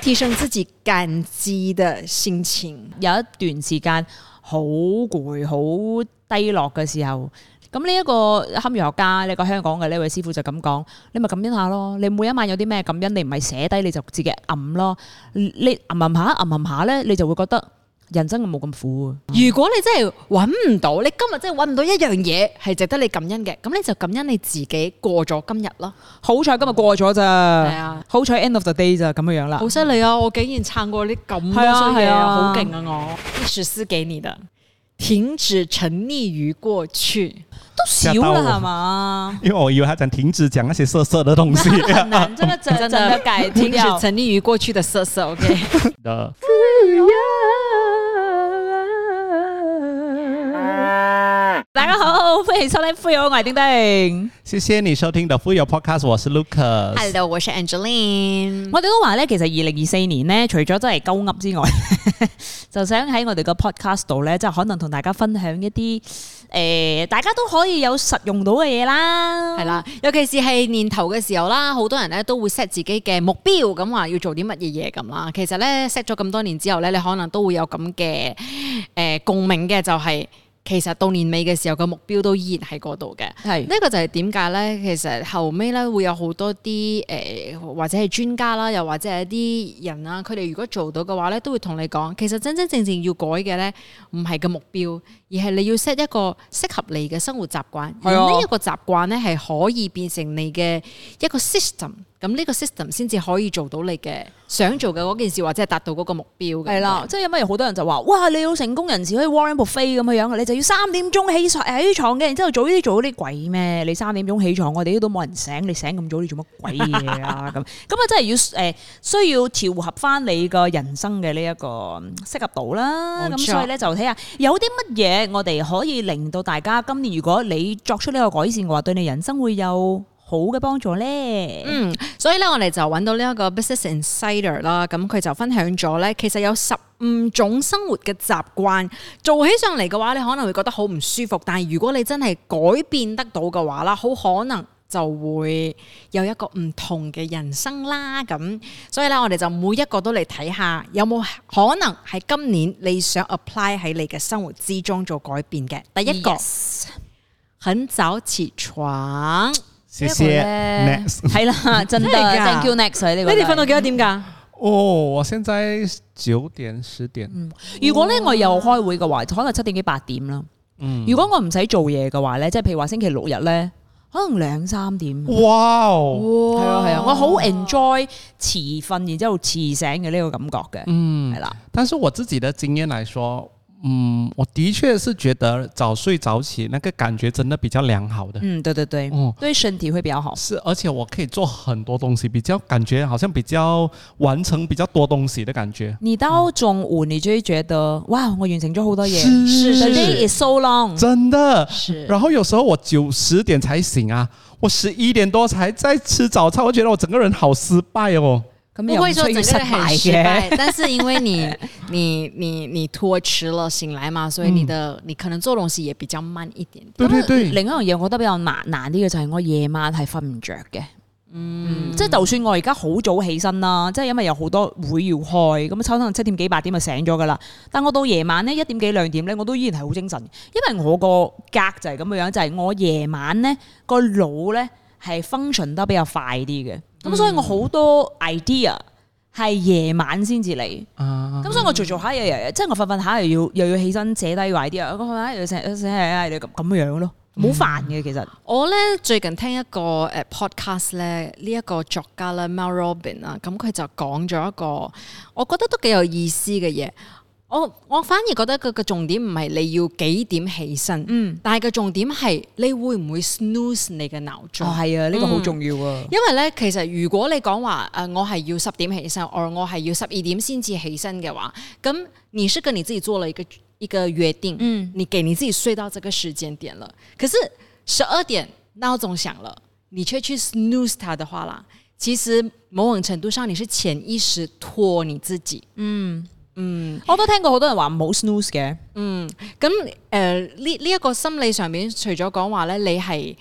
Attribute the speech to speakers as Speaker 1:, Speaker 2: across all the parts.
Speaker 1: 提升自己感激的心情。
Speaker 2: 有一段時間好攰、好低落嘅時候，咁呢一個堪輿學家，呢個香港嘅呢位師傅就咁講：你咪感恩下咯，你每一晚有啲咩感恩，你唔係寫低你就自己揞咯，你揞揞下、揞揞下咧，你就會覺得人生冇咁苦啊。
Speaker 1: 如果你真係揾唔到，你今日真係揾唔到一樣嘢係值得你感恩嘅，咁你就感恩你自己過咗今日咯。
Speaker 2: 好彩今日過咗咋，係
Speaker 1: 啊，
Speaker 2: 好彩 end of the day 咋咁樣樣啦
Speaker 1: 好。犀利啊！我竟然撐過呢咁多
Speaker 2: 係啊
Speaker 1: 衰嘢
Speaker 2: 係啊
Speaker 1: 好勁啊！我第十四給你的，停止沉溺於過去，
Speaker 2: 都少
Speaker 3: 嚇到我
Speaker 2: 啦係 嘛？
Speaker 3: 因为我以为他讲停止讲那些色色的 东西
Speaker 2: 很難，真的整
Speaker 1: 真的
Speaker 2: 整個改
Speaker 1: 停止
Speaker 2: 掉。
Speaker 1: 沉溺於過去的色色。OK，
Speaker 3: 的。
Speaker 2: 大家好，歡迎收聽《富有我係丁丁》。
Speaker 3: 谢谢你收听的富有 Podcast，我是 Lucas。
Speaker 1: Hello，我是 Angeline。
Speaker 2: 我哋都話咧，其實二零二四年咧，除咗真係鳩噏之外， 就想喺我哋個 podcast 度咧，即係可能同大家分享一啲诶、呃大家都可以有實用到嘅嘢啦。
Speaker 1: 係啦，尤其是係年頭嘅時候啦，好多人咧都會 set 自己嘅目標，咁話要做啲乜嘢嘢咁啦。其實咧 set 咗咁多年之後咧，你可能都會有咁嘅誒共鳴嘅，就係、其實到年尾嘅時候個目標都依然喺嗰度嘅。
Speaker 2: 係
Speaker 1: 呢個就係點解咧？其實後尾咧會有好多啲誒、呃或者係專家啦，又或者係一啲人啦，佢哋如果做到嘅話咧，都會同你講，其實真真正正要改嘅咧，唔係個目標，而係你要 set 一個適合你嘅生活習慣。
Speaker 2: 係啊
Speaker 1: 而呢一個習慣咧係可以變成你嘅一個 system，咁呢個 system 先至可以做到你嘅想做嘅嗰件事，或者係達到嗰個目標嘅。
Speaker 2: 係啦，即係因為好多人就話：，哇！你要成功人士可以 Warren Buffett 咁嘅樣，你就要三點鐘起床起床嘅，然之後做呢啲做呢啲鬼咩？你三點鐘起床，我哋呢度冇人醒，你醒咁早，你做乜鬼嘢啊？咁咁啊，真係要誒、呃需要調合翻你個人生嘅呢一個嗯適合度啦。
Speaker 1: 冇
Speaker 2: 咁
Speaker 1: 錯
Speaker 2: 所以咧就睇下有啲乜嘢我哋可以令到大家今年如果你作出呢個改善嘅話，對你人生會有好嘅幫助咧。
Speaker 1: 嗯，所以咧，我哋就揾到呢一個 Business Insider 啦，咁佢就分享咗咧，其實有十五種生活嘅習慣，做起上嚟嘅話，你可能會覺得好唔舒服，但係如果你真係改變得到嘅話啦，好可能。就會有一個唔同嘅人生啦，咁所以咧，我哋就每一個都嚟睇下，有冇可能喺今年你想 apply 喺你嘅生活之中做改變嘅。第一個
Speaker 2: Yes
Speaker 1: 很早起床，
Speaker 3: 谢谢
Speaker 2: 呢一個呢
Speaker 3: Next。
Speaker 2: 係啦，真的
Speaker 1: 真係㗎
Speaker 2: ，thank you next 喺呢個都係。
Speaker 1: 幾多點㗎？
Speaker 3: 哦，我现在九点十点。
Speaker 2: 如果咧我有開會嘅話，可能七點幾八點啦。
Speaker 3: 嗯
Speaker 2: 如果我唔使做嘢嘅話咧，即係譬如話星期六日咧，可能兩三點。
Speaker 3: 哇哦，
Speaker 2: 係啊係啊，我好 enjoy 遲瞓，然之後遲醒嘅呢個感覺嘅，
Speaker 3: 嗯
Speaker 2: 係，啦。
Speaker 3: 但是我自己的经验来说，嗯，我的确是觉得早睡早起那个感觉真的比较良好的。
Speaker 2: 嗯，對對對，
Speaker 3: 哦，
Speaker 2: 對身體會比較好。
Speaker 3: 是，而且我可以做很多东西，比较感觉好像比较完成比较多东西的感觉。
Speaker 2: 你到中午你就會覺得，哇！我完成咗好多嘢
Speaker 3: 是
Speaker 2: ，the
Speaker 3: 是
Speaker 2: day is so long。
Speaker 3: 真的。
Speaker 1: 是
Speaker 3: 然后有时候我九十点才醒啊，我十一点多才在吃早餐，我觉得我整个人好失败哦。
Speaker 2: 咁
Speaker 1: 不
Speaker 2: 又唔
Speaker 1: 会说整个
Speaker 2: 需要失
Speaker 1: 人很
Speaker 2: 敗
Speaker 1: 失
Speaker 2: 嘅。
Speaker 1: 败， 但是因为你你你你拖迟了醒来嘛，所以你的、你可能做东西也比较慢一点。
Speaker 3: 对对对，
Speaker 2: 另一樣嘢，我覺得比較難難啲嘅就係我夜晚係瞓唔着嘅。嗯，即係就算我而家好早起身啦，即係因為有好多會要開，咁抽身七點幾八點就醒咗噶啦。但我到夜晚呢，一點幾兩點呢，我都依然係好精神，因為我個格就係咁樣，就係、我夜晚呢個腦呢係 function 得比較快啲嘅，咁、所以我好多 idea 係夜晚先至嚟。
Speaker 3: 啊，
Speaker 2: 咁所以我做做下又又即係我瞓瞓下又要又要起身寫低個 idea，我瞓下又寫寫寫咁咁樣咯，好煩嘅其實。
Speaker 1: 我咧最近聽一個誒 podcast 咧，呢一個作家咧 Mel Robin 啊，咁佢就講咗一個我覺得都幾有意思嘅嘢。我我反而覺得佢嘅重點唔係你要幾點起身，
Speaker 2: 嗯，
Speaker 1: 但係個重點係你會唔會 snooze 你嘅鬧鐘。
Speaker 2: 哦係啊，呢個好重要啊。
Speaker 1: 因為咧，其實如果你講話誒，我係要十點起身，而我係要十二點先至起身嘅話，咁你是跟你自己做了一個一個約定，
Speaker 2: 嗯，
Speaker 1: 你給你自己睡到這個時間點了。可是十二點鬧鐘響了，你卻去 snooze 它的話啦，其實某種程度上你是潛意識拖你自己。
Speaker 2: 我都聽過好多人話唔好 snooze 嘅，
Speaker 1: 咁誒呢呢一個心理上面，除咗講話咧，你係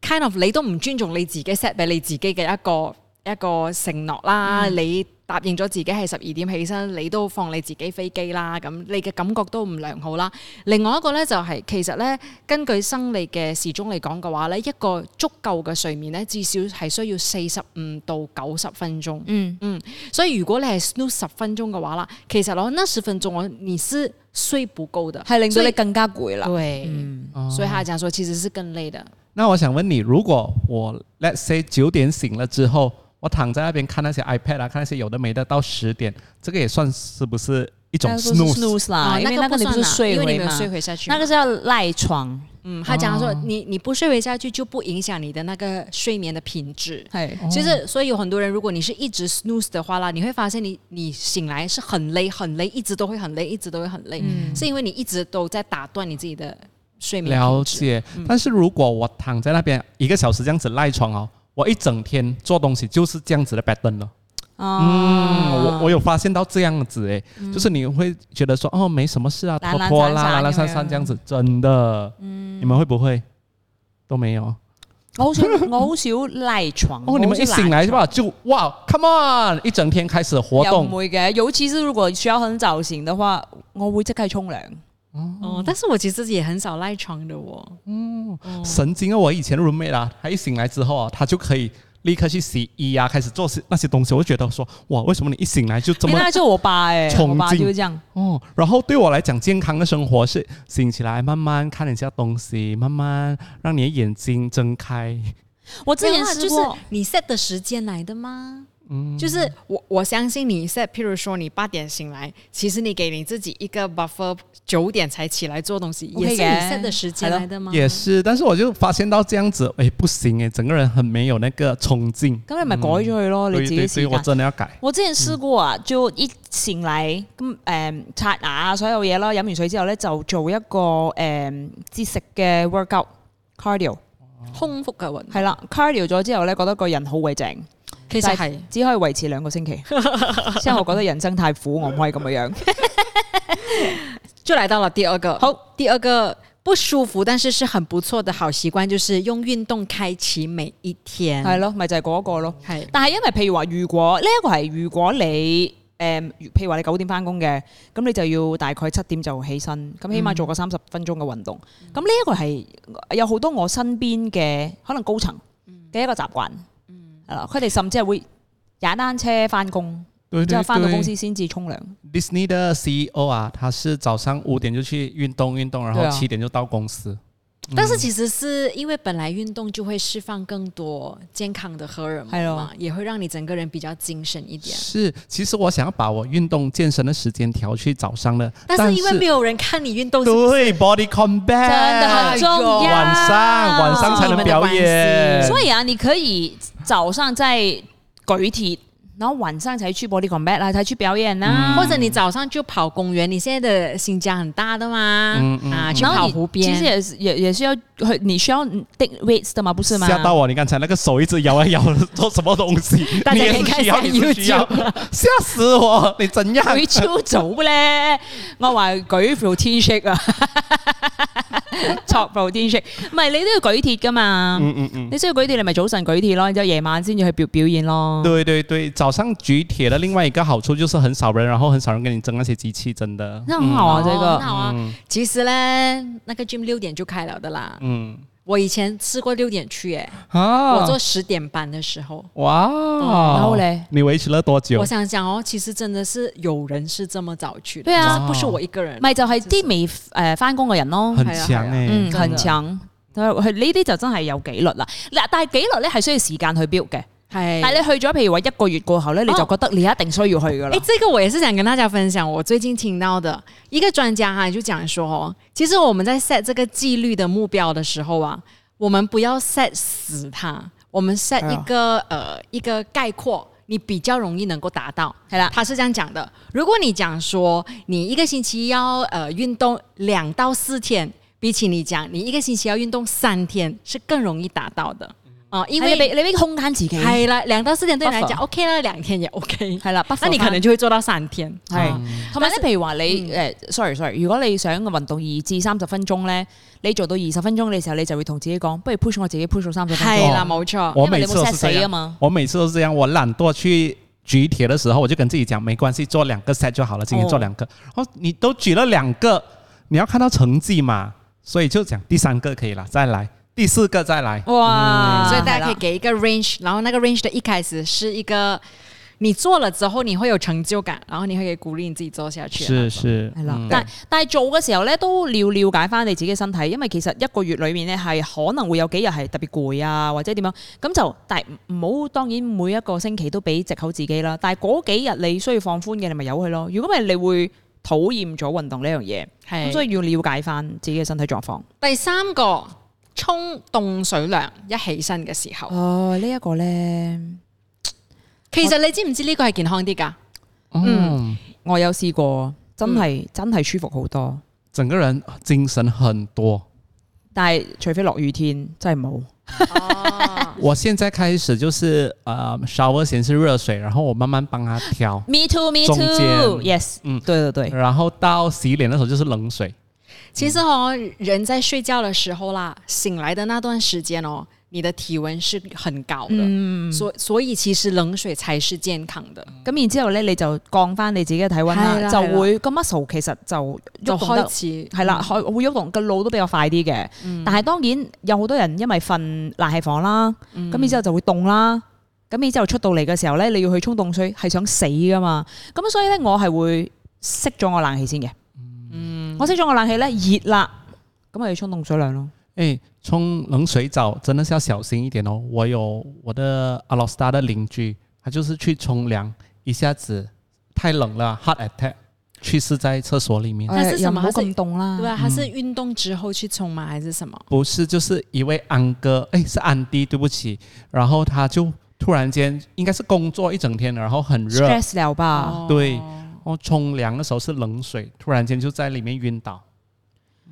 Speaker 1: kind of 你都唔尊重你自己 set 俾你自己嘅一個一個承諾啦，你答應咗自己係十二點起身，你都放你自己飛機啦，咁你嘅感覺都唔良好啦。另外一個呢，就係、其實呢，根據生理嘅時鐘嚟講嘅話呢一個足夠嘅睡眠呢，至少係需要四十五到九十分鐘。
Speaker 2: 嗯
Speaker 1: 嗯，所以如果你係 snooze 十分鐘嘅話啦，其實我那十分鐘我你是睡不夠的，
Speaker 2: 係令到
Speaker 1: 所以
Speaker 2: 你更加攰啦。
Speaker 1: 對，
Speaker 3: 哦
Speaker 1: 所以他講說其實是更累的。
Speaker 3: 那我想問你，如果我 let's say 九點醒了之後，我躺在那邊看那些 iPad 啊，看那些有的沒的，到十點，這個也算是不是一種
Speaker 2: 但是
Speaker 3: snooze？
Speaker 2: snooze 啦，因為哦那個你不是睡
Speaker 1: 啊因為
Speaker 2: 回
Speaker 1: 你沒有
Speaker 2: 嘛，
Speaker 1: 睡回下去嘛。
Speaker 2: 那個叫賴床，
Speaker 1: 嗯，他講
Speaker 3: 哦
Speaker 1: 說你你不睡回下去就不影響你的那個睡眠的品質。
Speaker 2: 係
Speaker 1: 其
Speaker 3: 哦
Speaker 1: 實，所以有很多人，如果你是一直 snooze 的話啦，你會發現你你醒來是很累，很累，一直都會很累，一直都會很累，
Speaker 3: 嗯
Speaker 1: 是因為你一直都在打斷你自己的睡眠
Speaker 3: 了
Speaker 1: 品質。
Speaker 3: 解。但是如果我躺在那邊一個小時這樣子賴床哦，我一整天做東西就是這樣子的 pattern 了。
Speaker 2: 哦
Speaker 3: 嗯，
Speaker 2: 嗯
Speaker 3: 我我有發現到這樣子誒，就是你會覺得說哦，沒什麼事啊，
Speaker 2: 懶
Speaker 3: 拖
Speaker 2: 懶
Speaker 3: 拖
Speaker 2: 嗯散散
Speaker 3: 拉
Speaker 2: 有
Speaker 3: 拉
Speaker 2: 嗯
Speaker 3: 散
Speaker 2: 沒有
Speaker 3: 散這樣子，真的。你們會不會？都沒有。
Speaker 2: 我好少我好少賴床。
Speaker 3: 哦，你們一醒來是吧？就哇，come on，一整天開始活
Speaker 2: 我又
Speaker 3: 動
Speaker 2: 唔。會嘅，尤其是如果需要很早醒的話，我會即刻沖涼。
Speaker 1: 哦，但是我其實也很少賴床的哦。
Speaker 3: 神經啊！我以前 roommate 啊，他一醒來之後啊，他就可以立刻去洗衣啊，開始做那些東西。我就覺得說，哇，為什麼你一醒來就這
Speaker 2: 原
Speaker 3: 麼
Speaker 2: 來就我爸誒，
Speaker 3: 憧憬
Speaker 2: 我爸就會這樣。
Speaker 3: 哦？然後對我來講，健康的生活是醒起來慢慢看一下東西，慢慢讓你的眼睛睜開。
Speaker 2: 我之前
Speaker 1: 沒有啊
Speaker 2: 試
Speaker 1: 就是
Speaker 2: 過，
Speaker 1: 你 set 的時間來的嗎？就是我我相信你 set，譬如說你八點醒來，其實你給你自己一個 buffer，九點才起來做東西，也
Speaker 2: OK
Speaker 1: 是你
Speaker 2: 嘅
Speaker 1: set 的時間
Speaker 2: 係咯
Speaker 1: 來的嗎？
Speaker 3: 也是，但是我就發現到這樣子，哎誒，不行誒，整個人很沒有那個衝勁。
Speaker 2: 咁你咪改
Speaker 3: 嗯
Speaker 2: 咗佢哦咯，你
Speaker 3: 對
Speaker 2: 自己
Speaker 3: 對對，
Speaker 2: 時
Speaker 3: 我
Speaker 2: 間。
Speaker 3: 真嗯的要改。
Speaker 2: 我之前試過啊，就一醒嚟咁誒刷牙啊，所有嘢啦，飲完水之後咧就做一個誒、嗯節食嘅 workout cardio，
Speaker 1: 空腹嘅運
Speaker 3: 嗯
Speaker 2: 係啦，cardio 咗之後咧覺得個人好鬼正，
Speaker 1: 其實係
Speaker 2: 只可以維持兩個星期，之後我覺得人生太苦，我唔可以咁嘅樣。
Speaker 1: 就來到了第二個，
Speaker 2: 好，
Speaker 1: 第二個不舒服，但是是很不錯的好習慣，就是用運動開啟每一天。
Speaker 2: 係咯，咪就係嗰個咯。
Speaker 1: 係
Speaker 2: 但係因為譬如話，如果呢一個係如果你誒、嗯譬如話你九點翻工嘅，咁你就要大概七點就起身，咁起碼做個三十分鐘嘅運動。咁呢一個係有好多我身邊嘅可能高層嘅一個習慣，係啦、佢哋甚至係會踩單車翻工，
Speaker 3: 對
Speaker 2: 之
Speaker 3: 對
Speaker 2: 後翻到
Speaker 3: 對
Speaker 2: 公司先至沖涼。
Speaker 3: Disney 的 CEO 啊，他是早上五點就去運動運動，然
Speaker 2: 對
Speaker 3: 後
Speaker 2: 啊
Speaker 3: 七點就到公司。
Speaker 1: 但是其實是因為本來運動就會釋放更多健康的荷爾蒙
Speaker 2: 係咯
Speaker 1: 嘛，也會讓你整個人比較精神一點。
Speaker 3: 是，其實我想要把我運動健身的時間調去早上的，
Speaker 1: 但是因為沒有人看你運動是不是，
Speaker 3: 對 body combat
Speaker 2: 真的很重要
Speaker 1: 哎呦
Speaker 3: 晚上晚上才能表演，
Speaker 2: 所以啊，你可以早上再舉鐵，然後晚上才去 body combat 啦，才去表演啦。
Speaker 1: 啊或者你早上就跑公園，你現在的新疆很大的嘛，啊，去
Speaker 2: 然后
Speaker 1: 跑
Speaker 2: 你
Speaker 1: 湖
Speaker 2: 其實
Speaker 1: 邊。
Speaker 2: 也是也也是要去，你需要 take weights 的嘛，不是吗？
Speaker 3: 嚇 到我！你剛才那個手一直搖啊搖，做什麼東 西？
Speaker 1: 大
Speaker 3: 你
Speaker 1: 家可以
Speaker 3: 也是
Speaker 1: 看一
Speaker 3: 需要，
Speaker 1: 下
Speaker 3: 你是需要， 嚇死我！你怎樣？
Speaker 2: 佢朝早咧， 我話舉 protein shake 啊， 錯 protein shake，唔係你都要舉鐵噶嘛？
Speaker 3: 嗯嗯嗯，
Speaker 2: 你需要舉鐵，你咪早晨舉鐵咯，然之後夜晚先至去表表演咯。
Speaker 3: 對對對，早上舉鐵的另外一個好處就是很少人，然後很少人跟你爭那些機器，真的。
Speaker 2: 那很好啊，這
Speaker 1: 哦
Speaker 2: 個
Speaker 1: 很好啊。其實呢，那個 gym 六點就開了的啦。
Speaker 3: 嗯
Speaker 1: 我以前試過六點去，哎，
Speaker 3: 啊，
Speaker 2: 哦
Speaker 1: 我做嗯十點半的時候，
Speaker 3: 哇，然
Speaker 2: 後嘞
Speaker 3: 你維持了多久
Speaker 1: 我？想想哦，其實真的是有人是這麼早去的，
Speaker 2: 對啊
Speaker 1: 就是不是我一個人。
Speaker 2: 咪就係啲未誒翻工嘅人咯。
Speaker 3: 很強
Speaker 1: 係啊
Speaker 3: 哎、
Speaker 2: 嗯，
Speaker 1: 真
Speaker 2: 很
Speaker 1: 的
Speaker 2: 強。佢呢啲就真係有紀律啦。嗱，但係紀律咧係需要時間去 build 嘅。
Speaker 1: 係
Speaker 2: 但係你去咗譬如話一個月過後咧，你就覺得你一定需要去噶啦
Speaker 1: 哎、。这个我也是想跟大家分享，我最近听到的一个专家哈、就讲说哦，其实我们在 set 这个纪律的目标的时候啊，我们不要 set 死它，我们 set
Speaker 2: 哎
Speaker 1: 一
Speaker 2: 呀
Speaker 1: 个、呃一个概括。你比较容易能够达到，
Speaker 2: 係啦
Speaker 1: 他是这样讲的。如果你讲说你一个星期要呃运动两到四天，比起你讲你一个星期要运动三天，是更容易达到的啊、因
Speaker 2: 因為
Speaker 1: 为
Speaker 2: 你俾你俾空間自己，
Speaker 1: 系啦，两到四天对你来讲
Speaker 2: 哎 Buffer
Speaker 1: OK 啦，两天也 OK。
Speaker 2: 係啦，不
Speaker 1: 那你可能就會做到三天。
Speaker 2: 係同埋
Speaker 1: 嗯但
Speaker 2: 咧，譬如話你誒，sorry sorry，如果你想運動二至三十分鐘咧，你做到二十分鐘嘅時候，你就會同自己講，不如 push 我自己 push 到三十分鐘。
Speaker 1: 係啦，冇錯。
Speaker 3: 我
Speaker 2: 啊因為
Speaker 3: 每
Speaker 2: 你
Speaker 3: 次
Speaker 2: 冇
Speaker 3: 都
Speaker 2: set
Speaker 3: 是這
Speaker 2: 死啊
Speaker 3: 樣，
Speaker 2: 嘛。
Speaker 3: 我每次都是這樣，我懶惰去举铁的时候，我就跟自己讲，没关系，做两个 set 就好了，今天做两个。哦，你都举了两个，你要看到成绩嘛，所以就讲第三个可以了，再来，第四个再来。
Speaker 2: 哦哇！
Speaker 1: 所以大家可以
Speaker 2: 嗯係啦
Speaker 1: 给一个 range，然后那个 range 的一开始是一个你做了之后你会有成就感，然后你会鼓励你自己做下去。
Speaker 3: 是是，
Speaker 2: 係啦
Speaker 3: 嗯
Speaker 2: 但但係做嘅時候咧，都要了解翻你自己嘅身體，因為其實一個月裏面咧係可能會有幾日係特別攰啊，或者點樣，咁就但係唔好當然每一個星期都俾藉口自己啦。但係嗰幾日你需要放寬嘅，你咪由佢咯。如果唔係，你會討厭咗運動呢樣嘢，咁
Speaker 1: 係
Speaker 2: 所以要了解翻自己嘅身體狀況。
Speaker 1: 第三個沖凍水涼一起身嘅時候，
Speaker 2: 哦，呢一個咧，
Speaker 1: 其實你知唔知呢個係健康啲㗎？
Speaker 2: 啊
Speaker 3: 嗯，
Speaker 2: 我有試過，真係、真係舒服好多。
Speaker 3: 整个人精神很多。
Speaker 2: 但係除非落雨天，真係冇。
Speaker 3: 我现在开始就是呃，shower 先是热水，然后我慢慢帮他调，
Speaker 2: Me too, me
Speaker 3: 中間
Speaker 2: too，yes，
Speaker 3: 嗯
Speaker 2: 嗯，對對對。
Speaker 3: 然后到洗脸的时候就是冷水。
Speaker 1: 其实哦，人在睡觉的时候啦，醒来的那段时间哦，你的体温是很高的，所所以其实冷水才是健康的，
Speaker 2: 咁然之後咧，你就降翻你自己嘅體温啦
Speaker 1: 係啦，
Speaker 2: 就會個 muscle 其實就
Speaker 1: 就
Speaker 2: 喐動
Speaker 1: 開
Speaker 2: 得
Speaker 1: 始
Speaker 2: 係啦，開會喐動個腦都比較快啲嘅。但係當然有好多人因為瞓冷氣房啦，咁然之後就會凍啦。咁然之後出到嚟嘅時候咧，你要去沖凍水係想死噶嘛。咁所以咧，我係會熄咗我冷氣先嘅。我熄咗我冷氣咧，熱啦，咁咪要沖凍水涼咯。
Speaker 3: 哎，冲冷水澡真的是要小心一点哦。我有我的阿拉斯加的邻居，他就是去冲凉，一下子太冷了，heart attack，去世在厕所里面。
Speaker 1: 但是
Speaker 2: 誒又
Speaker 1: 什
Speaker 2: 哎唔
Speaker 1: 麼
Speaker 2: 好咁凍啦
Speaker 1: 对。吧？它是运动之后去冲吗？还是什么？
Speaker 3: 不是，就是一位安哥，哎，是安迪，对不起。然后他就突然间，应该是工作一整天了，然后很热，
Speaker 2: stress 了吧？
Speaker 3: 对。然后冲凉的时候是冷水，突然间就在里面晕倒。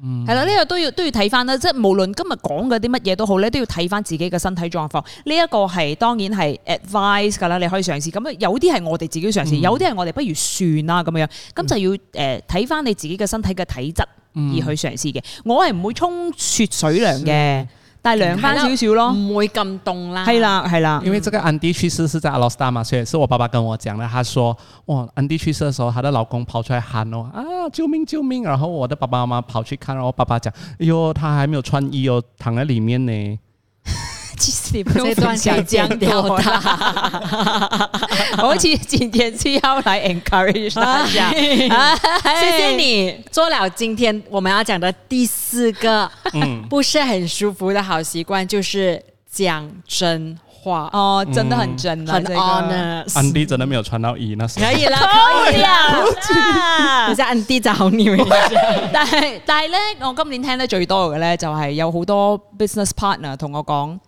Speaker 2: 係啦，呢個都要都要睇翻啦，即係無論今日講嘅啲乜嘢都好咧，都要睇翻自己嘅身體狀況。呢、一個係當然係 advice 㗎啦，你可以嘗試。咁啊有啲係我哋自己嘗試，有啲係我哋不如算啦咁樣。咁就要誒睇翻你自己嘅身體嘅體質而去嘗試嘅。我係唔會沖嗯雪水涼嘅，但係嗯涼翻少少咯。
Speaker 1: 唔會咁凍啦。
Speaker 2: 係，哦啦，係啦，
Speaker 3: 因为这个安迪去世是在阿拉斯加嘛，所以是我爸爸跟我讲的。他说，哇，安迪去世的时候，她的老公跑出来喊哦，啊，救命救命！然后我的爸爸妈妈跑去看，然后我爸爸讲，哎呦，他还没有穿衣哦，躺在里面呢。
Speaker 2: 黐線，
Speaker 1: 這段可以剪掉
Speaker 2: 啦。好似前天之後嚟 encourage 大家，哎
Speaker 1: 谢谢你做了今天我们要講的第四個，
Speaker 2: 嗯
Speaker 1: 不是很舒服的好習慣，就是講真話，
Speaker 2: 哦，真的很真啊，
Speaker 1: 很
Speaker 2: 這個
Speaker 1: honest。
Speaker 3: 安迪真的没有穿到衣，那时候
Speaker 2: 哎
Speaker 1: 可以啦，可以啦。
Speaker 2: 啊
Speaker 1: 等一下安迪找你 们。
Speaker 2: 但係但係咧，我今年聽得最多嘅咧，就係有好多 business partner 同我講，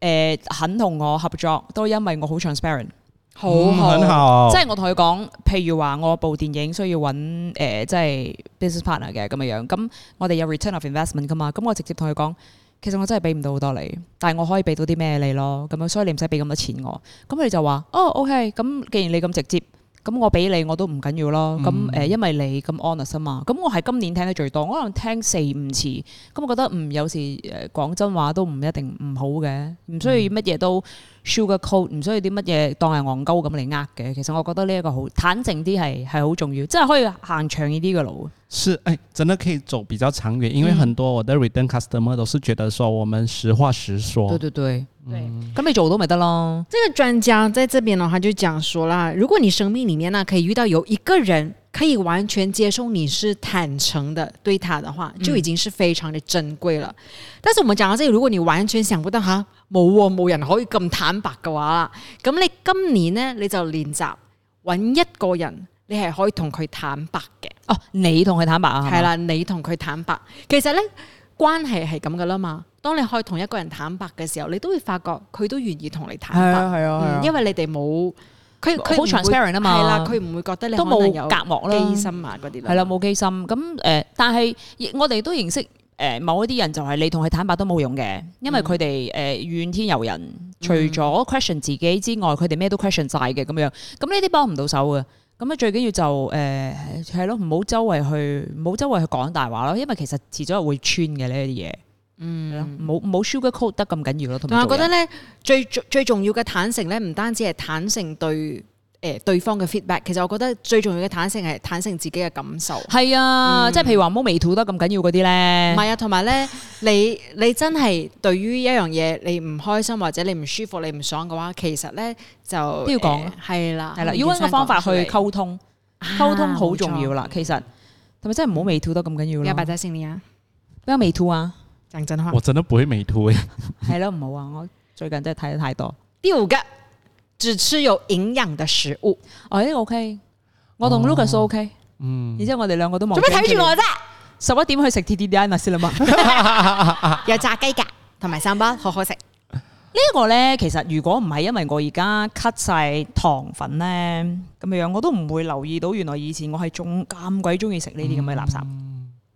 Speaker 2: 誒、肯同我合作，都因為我好 transparent，
Speaker 1: 好
Speaker 3: 嗯
Speaker 2: 哦
Speaker 1: 好，
Speaker 3: 很好，
Speaker 2: 即係我同佢講，譬如話我部電影需要揾誒、即係 business partner 嘅咁樣樣，咁我哋有 return of investment 噶嘛，咁我直接同佢講。其實我真係俾唔到好多你，但係我可以俾到啲咩你咯，咁樣所以你唔使俾咁多錢我。咁佢哋就話：哦，OK，咁既然你咁直接，咁我俾你我都唔緊要咯。咁誒、呃因為你咁 honest 啊嘛。咁我係今年聽得最多，我可能聽四五次。咁我覺得嗯，有時誒講真話都唔一定唔好嘅，唔需要乜嘢都 sugar coat，唔需要啲乜嘢當係戇鳩咁嚟呃嘅。其實我覺得呢一個好坦誠啲係係好重要，即係可以行長遠啲嘅路。
Speaker 3: 是哎，真的可以走比较长远，因为很多我的 return customer 都是觉得说我们实话实说，
Speaker 2: 對對對，咁你做到咪得咯？
Speaker 1: 这个专家在这边呢，他就讲说啦，如果你生命里面呢可以遇到有一个人可以完全接受你是坦诚的对他的话，就已经是非常的珍贵了。但是我们讲到这里，如果你完全想不到吓冇喎冇人可以咁坦白嘅話啦，咁你今年呢，你就練習揾一個人，你係可以同佢坦白嘅。
Speaker 2: 哦，你同佢坦白啊，係嘛
Speaker 1: 係，啦，你同佢坦白，其實咧關係係咁噶啦嘛。當你可以同一個人坦白嘅時候，你都會發覺佢都願意同你坦白，
Speaker 2: 係啊係啊係啊
Speaker 1: 嗯因為你哋冇佢佢
Speaker 2: 好 transparent 啊嘛
Speaker 1: 係啦，佢唔會覺得你
Speaker 2: 都
Speaker 1: 可能
Speaker 2: 冇
Speaker 1: 有
Speaker 2: 隔膜啦，
Speaker 1: 機心啊嗰啲
Speaker 2: 係啦，冇機心。咁誒、呃但係亦我哋都認識誒、呃某一啲人，就係你同佢坦白都冇用嘅，因為佢哋誒怨天尤人，除咗 question 自己之外，佢哋咩都 question 晒嘅咁樣。咁呢啲幫唔到手嘅。咁啊，最緊要就誒係咯，唔好周圍去，唔好周圍去講大話咯，因為其實遲早係會穿嘅呢啲嘢。嗯，係咯，唔好唔好 sugar coat 得咁緊要咯。同
Speaker 1: 同埋
Speaker 2: 埋
Speaker 1: 我覺
Speaker 2: 做
Speaker 1: 得
Speaker 2: 人
Speaker 1: 咧，最最最重要嘅坦誠咧，唔單止係坦誠對誒、誒對方嘅 feedback。其實我覺得最重要嘅坦誠係坦誠自己嘅感受。
Speaker 2: 係啊，即係譬如話冇微吐得咁緊要嗰啲咧
Speaker 1: 唔，係啊，同埋咧，你你真係對於一樣嘢你唔開心或者你唔舒服、你唔爽嘅話，其實咧就都
Speaker 2: 要講啊
Speaker 1: 係啦，
Speaker 2: 係啦，要揾個方法去
Speaker 1: 唔
Speaker 2: 溝通，
Speaker 1: 啊
Speaker 2: 溝通好重要
Speaker 1: 冇
Speaker 2: 啦。
Speaker 1: 錯
Speaker 2: 其實同埋真係唔好微吐得咁緊要
Speaker 1: 要
Speaker 2: 啦
Speaker 1: 要。擺在心裡啊，
Speaker 2: 比較微吐啊，
Speaker 1: 講真話
Speaker 3: 我，真的不會美哎圖诶，
Speaker 2: 係咯，唔好啊！我最近真係睇得太多。
Speaker 1: 第五個只吃有營養嘅食物，
Speaker 2: 哦，呢個 OK，我同 Lucas 都 OK。
Speaker 3: 嗯，
Speaker 2: 然之後我哋兩個都望。
Speaker 1: 做咩睇住我？啫？
Speaker 2: 十一點去食 T T D I 先啦嘛。呢
Speaker 1: 有炸雞架同埋三包，好好 食。
Speaker 2: 一個咧，其實如果唔係因為我而家 cut 晒糖分咧，咁樣我都唔會留意到，原來以前我係仲咁鬼中意食呢啲咁嘅垃圾。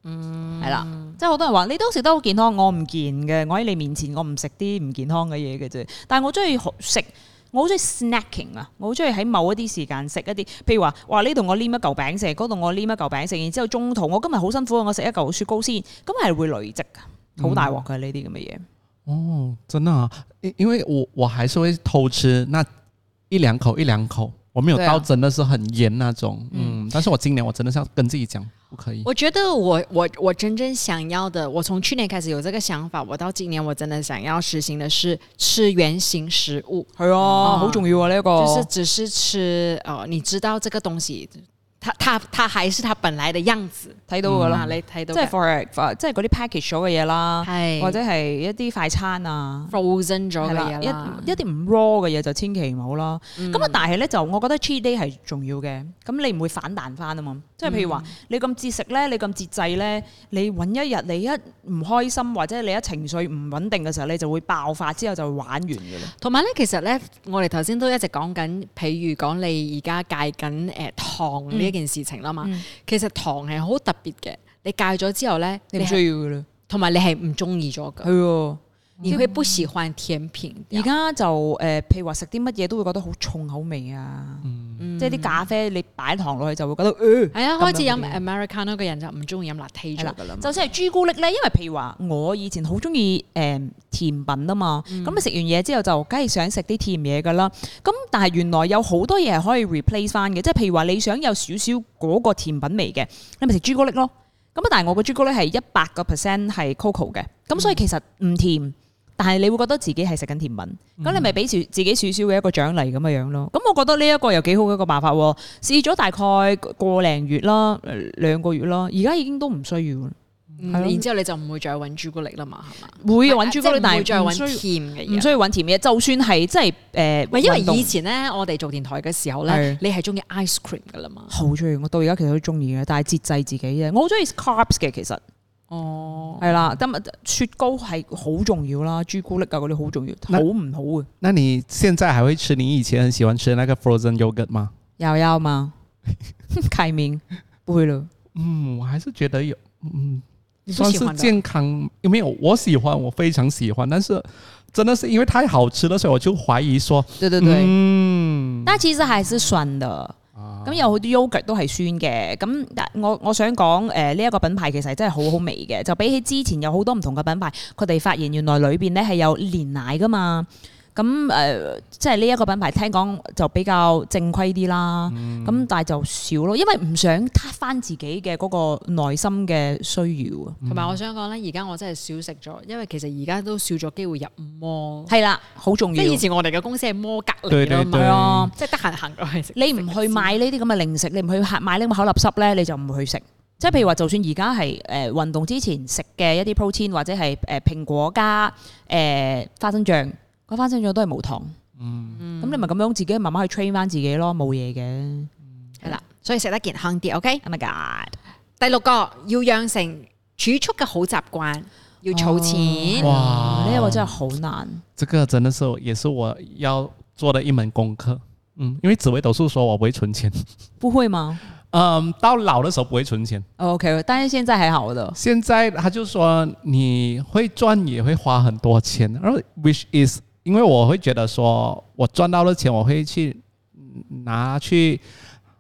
Speaker 2: 嗯，係啦，即係好多人話你都食得好健康，我唔健嘅，我喺你面前我唔食啲唔健康嘅嘢嘅啫。但係我中意好食。我好中意 snacking 啊！我好中意喺某一啲時間食一啲，譬如話，哇呢度我黏一嚿餅食，嗰度我黏一嚿餅食，然之後中途我今日好辛苦，我食一嚿雪糕先，咁係會累積㗎，好大鑊㗎呢啲咁嘅嘢。
Speaker 3: 哦，真的啊，因因为我我还是会偷吃那一两口一两口，我没有
Speaker 2: 对啊
Speaker 3: 到真的是很严那种，嗯，但是我今年我真的是要跟自己讲，不可以，
Speaker 1: 我觉得我我我真正想要的，我从去年开始有这个想法，我到今年我真的想要实行的是吃原形食物，
Speaker 2: 係啊，好重要啊呢一個。
Speaker 1: 就是只是吃呃，你知道这个东西，它它它还是它本来的样子，
Speaker 2: 睇到㗎
Speaker 1: 啊
Speaker 2: 啦，
Speaker 1: 你睇
Speaker 2: 嗯即
Speaker 1: 到
Speaker 2: 係
Speaker 1: 嘅
Speaker 2: for for- 呃即係嗰啲 package 咗嘅嘢啦，
Speaker 1: 係
Speaker 2: 或者係一啲快餐啊。
Speaker 1: frozen 咗
Speaker 2: 係
Speaker 1: 嘅
Speaker 2: 啦，
Speaker 1: 嘢啦嗯
Speaker 2: 一一啲唔 raw 嘅嘢就千祈唔好啦。咁啊、但係咧就我覺得 cheat day 係重要嘅，咁你唔會反彈翻啊嘛。即係譬如
Speaker 1: 嗯
Speaker 2: 話，你咁節食咧，你咁節制咧，你揾一日你一唔開心或者你一情緒唔穩定嘅時候，你就會爆發，之後就會玩完㗎啦。
Speaker 1: 同埋咧，其實咧，我哋頭先都一直講緊，譬如講你而家戒緊誒糖呢一件事情啦嘛，
Speaker 2: 嗯
Speaker 1: 其實糖係好特別嘅，你戒咗之後咧，
Speaker 2: 你唔
Speaker 1: 你係
Speaker 2: 需要㗎啦，
Speaker 1: 同埋你係唔中意咗
Speaker 2: 係
Speaker 1: 嘅，
Speaker 2: 喎。
Speaker 1: 你會不喜歡甜品。
Speaker 2: 嗯而家就誒、呃譬如話食啲乜嘢都會覺得好重口味啊，
Speaker 1: 嗯
Speaker 2: 即係啲咖啡你擺糖落去就會覺得，呃
Speaker 1: 係啊，
Speaker 2: 咁樣
Speaker 1: 開始飲
Speaker 2: 嗰啲
Speaker 1: Americano 嘅人就唔中意飲 latte 咗㗎啦嘛。
Speaker 2: 就算係朱古力咧，因為譬如話我以前好中意誒甜品啊嘛，咁你食完嘢之後就梗係想食啲甜嘢噶啦。咁但係原來有好多嘢係可以 replace 翻嘅，即係譬如話你想有少少嗰個甜品味嘅，你咪食朱古力咯。咁啊，但係我個朱古力係一百個 percent 係 cocoa 嘅，咁所以其實唔甜。但係你會覺得自己係食緊甜品，咁你咪俾少自己少少嘅一個獎勵咁嘅樣咯。咁我覺得呢一個又幾好嘅一個辦法喎。試咗大概個零月啦，呃兩個月啦，而家已經都唔需要啦。
Speaker 1: 嗯
Speaker 2: 係咯
Speaker 1: 然之後你就唔會再揾朱古力啦嘛，係嘛？
Speaker 2: 會揾朱古力，
Speaker 1: 即係唔
Speaker 2: 但
Speaker 1: 會再
Speaker 2: 係唔
Speaker 1: 揾
Speaker 2: 需要
Speaker 1: 甜嘅
Speaker 2: 唔
Speaker 1: 嘢
Speaker 2: 需。要揾甜嘢。就算係即係誒，
Speaker 1: 唔係因
Speaker 2: 運動
Speaker 1: 為以前咧，我哋做電台嘅時候咧
Speaker 2: 係，
Speaker 1: 你係中意 ice cream 㗎啦嘛。
Speaker 2: 好中意，我到而家其實都中意嘅，但係節制自己啫。我好中意 carbs 嘅，其實
Speaker 1: 哦，
Speaker 2: 係啦，咁啊雪糕係好重要啦，朱古力啊嗰啲好重要，好唔好嘅？
Speaker 3: 那你现在还会吃你以前很喜欢吃的那个 frozen yogurt 吗？
Speaker 2: 又有嘛， 啟面不會咯，
Speaker 3: 嗯，我还是觉得有，嗯，
Speaker 1: 你不
Speaker 3: 算
Speaker 1: 喜
Speaker 3: 是
Speaker 1: 歡的
Speaker 3: 健康，有没有？我喜欢，我非常喜欢，但是真的是因为太好吃了，所以我就怀疑说，
Speaker 2: 對對對。
Speaker 3: 嗯，
Speaker 2: 但其實係是順的。咁有好啲 yogurt 都係酸嘅，咁但我我想講誒呢一個品牌其實真係好好味嘅，就比起之前有好多唔同嘅品牌，佢哋發現原來裏邊咧係有煉奶噶嘛，咁誒、呃即係呢一個品牌聽講就比較正規啲啦，咁、但係就少咯，因為唔想撻翻自己嘅嗰個內心嘅需要啊，
Speaker 1: 同埋我想講咧，而家我真係少食咗，因為其實而家都少咗機會入魔。
Speaker 2: 係啦，好重
Speaker 1: 即
Speaker 2: 要
Speaker 1: 係。以前我哋嘅公司係魔隔
Speaker 3: 對
Speaker 1: 離
Speaker 3: 對
Speaker 1: 啦嘛，
Speaker 3: 對
Speaker 2: 係啊
Speaker 1: 即係得閒行過去食。
Speaker 2: 你唔去買呢啲咁嘅零食，你唔去客買呢個口立濕咧，你就唔會去食。即係譬如話，就算而家係誒運動之前食嘅一啲 protein 或者係誒蘋果加誒、呃花生醬，個花生醬都係無糖。嗯，咁你咪咁樣自己慢慢去 train 翻自己咯，冇嘢嘅。
Speaker 1: 係啦，所以食得健康啲。OK，
Speaker 2: Oh my god！
Speaker 1: 第六個要養成儲蓄嘅好習慣，要儲
Speaker 2: 哦
Speaker 1: 錢。
Speaker 3: 哇
Speaker 2: 呢一個真係好難。
Speaker 3: 这个真的是也是我要做的一门功课。嗯，因为紫薇斗数说我不会存钱，
Speaker 2: 不會嘛
Speaker 3: 嗯，到老的时候不会存钱。
Speaker 2: ？OK，但是現在還好的。
Speaker 3: 现在他就说你会赚也会花很多钱，然后 which is 因为我会觉得说我赚到的钱我会去嗯拿去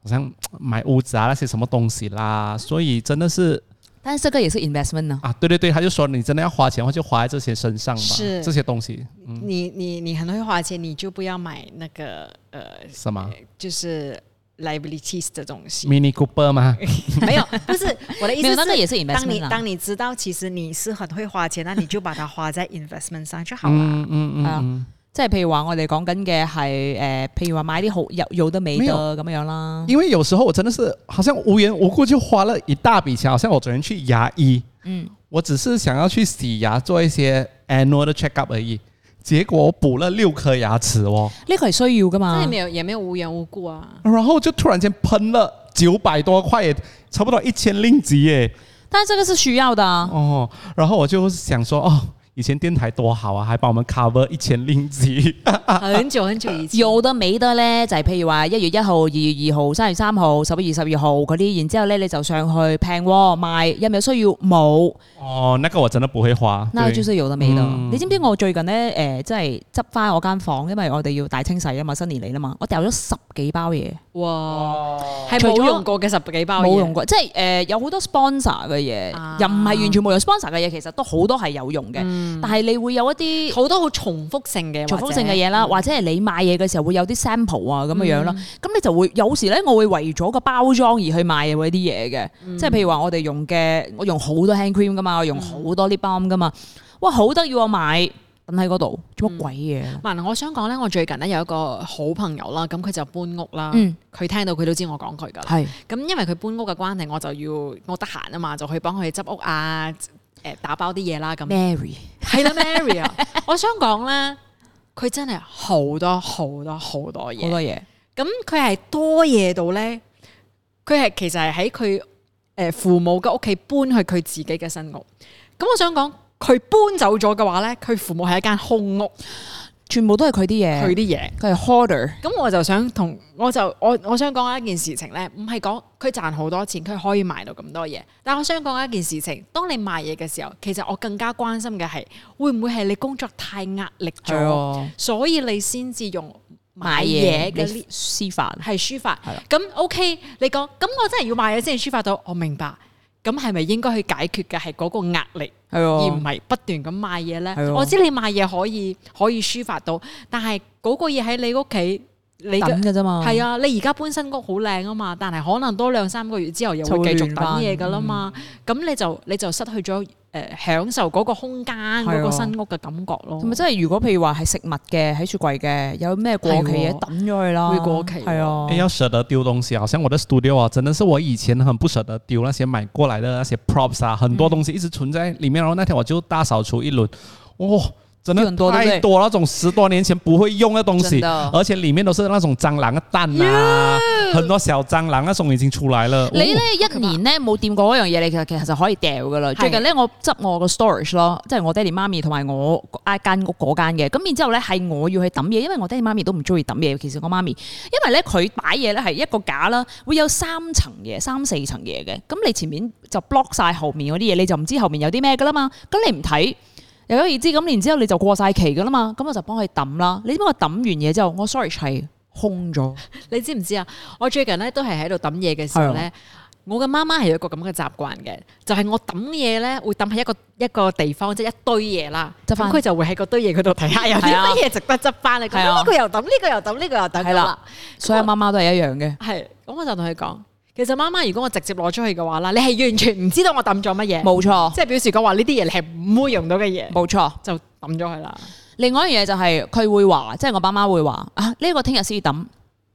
Speaker 3: 好像买屋子啊那些什么东西啦，所以真的是
Speaker 2: 但是这个也是 investment 呢、
Speaker 3: 啊，对对对，他就说你真的要花钱的话，就花在这些身上吧，
Speaker 1: 是
Speaker 3: 这些东西，嗯，
Speaker 1: 你你你很会花钱，你就不要买那个呃，
Speaker 3: 什么
Speaker 1: 就是 liabilities 的东西。
Speaker 3: Mini Cooper 吗？
Speaker 1: 没有，不是我的意思
Speaker 2: 没有
Speaker 1: 是，
Speaker 2: 那个也是
Speaker 1: 当你
Speaker 2: investment 啊啦。
Speaker 1: 当你知道其实你是很会花钱，那你就把它花在 investment 上就好了。
Speaker 3: 嗯嗯嗯
Speaker 2: 啊
Speaker 3: 嗯，
Speaker 2: 即係譬如話，我哋講緊嘅係誒，譬如話買啲好有有得美
Speaker 3: 沒
Speaker 2: 得
Speaker 3: 有
Speaker 2: 咁樣啦。
Speaker 3: 因为有时候我真的是好像无缘无故就花了一大笔钱，好像我昨天去牙医，
Speaker 2: 嗯，
Speaker 3: 我只是想要去洗牙做一些 annual 的 check up 而已，结果我补了六颗牙齿哦，
Speaker 2: 呢個係需要噶
Speaker 1: 这
Speaker 2: 嘛
Speaker 1: 里？没有也没有无缘无故啊。
Speaker 2: 哦
Speaker 3: 然后就突然间喷了九百多块耶，差不多一千令吉耶，
Speaker 2: 但係這個是需要的啊。
Speaker 3: 哦，然后我就想说哦。以前电台多好啊，还帮我们 cover 一千 令吉，
Speaker 1: 很久很久以前，
Speaker 2: 啊有得美得咧，就係譬如話一月一號、二月二號、三月三號、十一月十二號嗰啲，然之後咧你就上去平喎賣，有冇需要？冇，
Speaker 3: 哦，那个我真的不会花。
Speaker 2: 那
Speaker 3: 对
Speaker 2: 就是有得美得。
Speaker 3: 嗯
Speaker 2: 你知唔知我最近咧誒、呃即係執翻我間房，因為我哋要大清洗啊嘛，新年嚟啦嘛，我掉咗十幾包嘢，
Speaker 1: 哇，系
Speaker 2: 除
Speaker 1: 冇
Speaker 2: 咗
Speaker 1: 用過嘅十幾包嘢，
Speaker 2: 哦冇用過，即係誒、呃有好多 sponsor 嘅嘢，
Speaker 1: 啊
Speaker 2: 又唔係完全冇用 sponsor 嘅嘢，其實都好多係有用嘅，但係你會有一啲。
Speaker 1: 好多好重複性嘅，
Speaker 2: 重複性嘅嘢啦，
Speaker 1: 嗯
Speaker 2: 或者係你買嘢嘅時候會有啲 sample 啊咁嘅樣啦，咁、你就會有時咧，我會為咗個包裝而去買嗰啲嘢嘅，
Speaker 1: 嗯
Speaker 2: 即係譬如話我哋用嘅，我用好多 hand cream 噶嘛，我用好多 lip balm 噶嘛，哇好得意我買，等喺嗰度做乜鬼嘢？啊
Speaker 1: 嗱，我想講咧，我最近咧有一個好朋友啦，咁佢就搬屋啦，
Speaker 2: 嗯
Speaker 1: 佢、聽到佢都知我講佢噶啦。
Speaker 2: 啊係
Speaker 1: 咁因為佢搬屋嘅關係，我就要我得閒啊嘛，就去幫佢執屋啊，誒、打包啲嘢啦咁。
Speaker 2: Mary，
Speaker 1: 係啦，Mary 啊， 我想講咧，佢真係好多好多好多
Speaker 2: 好
Speaker 1: 嘢。
Speaker 2: 多嘢，
Speaker 1: 咁佢係多嘢到咧，佢係其實係喺佢誒父母嘅屋企搬去佢自己嘅新屋。咁我想講，佢搬走咗嘅話咧，佢父母係一間空屋，
Speaker 2: 全部都係佢啲
Speaker 1: 佢啲
Speaker 2: 嘢，
Speaker 1: 嘢。
Speaker 2: 佢係 hoarder，
Speaker 1: 咁我就想同我就我我想講一件事情咧，唔係講佢賺好多錢，佢可以賣到咁多嘢。但我想講一件事情，當你賣嘢嘅時候，其實我更加關心嘅係會唔會係你工作太壓力咗，
Speaker 2: 啊，
Speaker 1: 所以你先至用買
Speaker 2: 買
Speaker 1: 嘢
Speaker 2: 嘢
Speaker 1: 嘅呢
Speaker 2: 嘅私法，
Speaker 1: 係抒發
Speaker 2: 係啦。
Speaker 1: 咁 OK，你講咁我真係要賣嘢先至抒發到，我明白。咁係咪應該去解決嘅係嗰個壓力？
Speaker 2: 係
Speaker 1: 而唔
Speaker 2: 啊，
Speaker 1: 係不斷咁賣嘢咧
Speaker 2: 係。咯
Speaker 1: 我知你賣嘢可以可以抒發到，但係嗰個嘢喺你屋企，你
Speaker 2: 等
Speaker 1: 嘅
Speaker 2: 嘅啫嘛，
Speaker 1: 係啊，你而家搬新屋好靚啊嘛，但係可能多兩三個月之後又
Speaker 2: 就會
Speaker 1: 會繼續等
Speaker 2: 亂返
Speaker 1: 嘢噶啦嘛，
Speaker 2: 嗯
Speaker 1: 咁、你就你就失去咗誒、呃享受嗰個空間
Speaker 2: 係
Speaker 1: 嗰
Speaker 2: 啊
Speaker 1: 個新屋嘅感覺咯
Speaker 2: 同。埋真係，如果譬如話係食物嘅喺雪櫃嘅，有咩過期
Speaker 1: 係
Speaker 2: 嘅
Speaker 1: 喎
Speaker 2: 抌咗佢啦，
Speaker 1: 會過期喎
Speaker 2: 係啊
Speaker 3: 哎，。要舍得丢东西啊，好像我的 studio 啊，真的是我以前很不舍得丢那些买过来的那些 props 啊，很多东西一直存在里面。然后那天我就大扫除一轮，哦，真
Speaker 2: 就
Speaker 3: 的
Speaker 2: 很多对不对
Speaker 3: 太多那种十多年前不会用的东
Speaker 2: 真
Speaker 3: 西，
Speaker 1: 啊
Speaker 2: 的
Speaker 3: 而且里面都是那种蟑螂的蛋啊，很多小蟑螂那种已经出来了。
Speaker 2: 你咧
Speaker 3: 哦
Speaker 2: 一年咧冇掂過嗰樣嘢，你其實其實就可以掉噶啦。
Speaker 1: 係
Speaker 2: 最近咧我執我個 storage 咯，即係我爹哋媽咪同埋我一間屋嗰間嘅。咁然之後咧係我要去抌嘢，因為我爹哋媽咪都唔中意抌嘢，尤其是我媽咪，因為咧佢擺嘢咧係一個架啦，會有三層嘢、三四層嘢嘅。咁你前面就 block 晒後面嗰啲嘢，你就唔知後面有啲咩噶啦嘛。咁你唔睇。又有而知咁，然之後你就過晒期噶啦嘛，咁我就幫佢抌啦。你知唔知我抌完嘢之後，我 storage 係空咗，
Speaker 1: 你知唔知啊？我最近咧都係喺度抌嘢嘅時候
Speaker 2: 係啊
Speaker 1: 咧。我嘅媽媽係有一個咁嘅習慣嘅，就係、我抌嘢咧，會抌喺一個一個地方，即係一堆嘢啦。
Speaker 2: 執
Speaker 1: 咁
Speaker 2: 返
Speaker 1: 佢就會喺嗰堆嘢嗰度睇下有啲
Speaker 2: 係啊
Speaker 1: 乜嘢值得執翻啦。咁
Speaker 2: 係啊
Speaker 1: 呢個又抌，呢、個又抌，呢、個又抌
Speaker 2: 係
Speaker 1: 咁啊啦
Speaker 2: 啦。所有媽媽都係一樣嘅。
Speaker 1: 係，咁我就同佢講，其實媽媽，如果我直接攞出去嘅話啦，你係完全唔知道我抌咗乜嘢，
Speaker 2: 冇 錯。
Speaker 1: 即係表示講話呢啲嘢你係唔會用到嘅嘢，
Speaker 2: 冇錯，
Speaker 1: 就抌咗佢啦。
Speaker 2: 另外一樣嘢就係、佢會話，即係我爸媽會話啊，呢、個聽日先抌，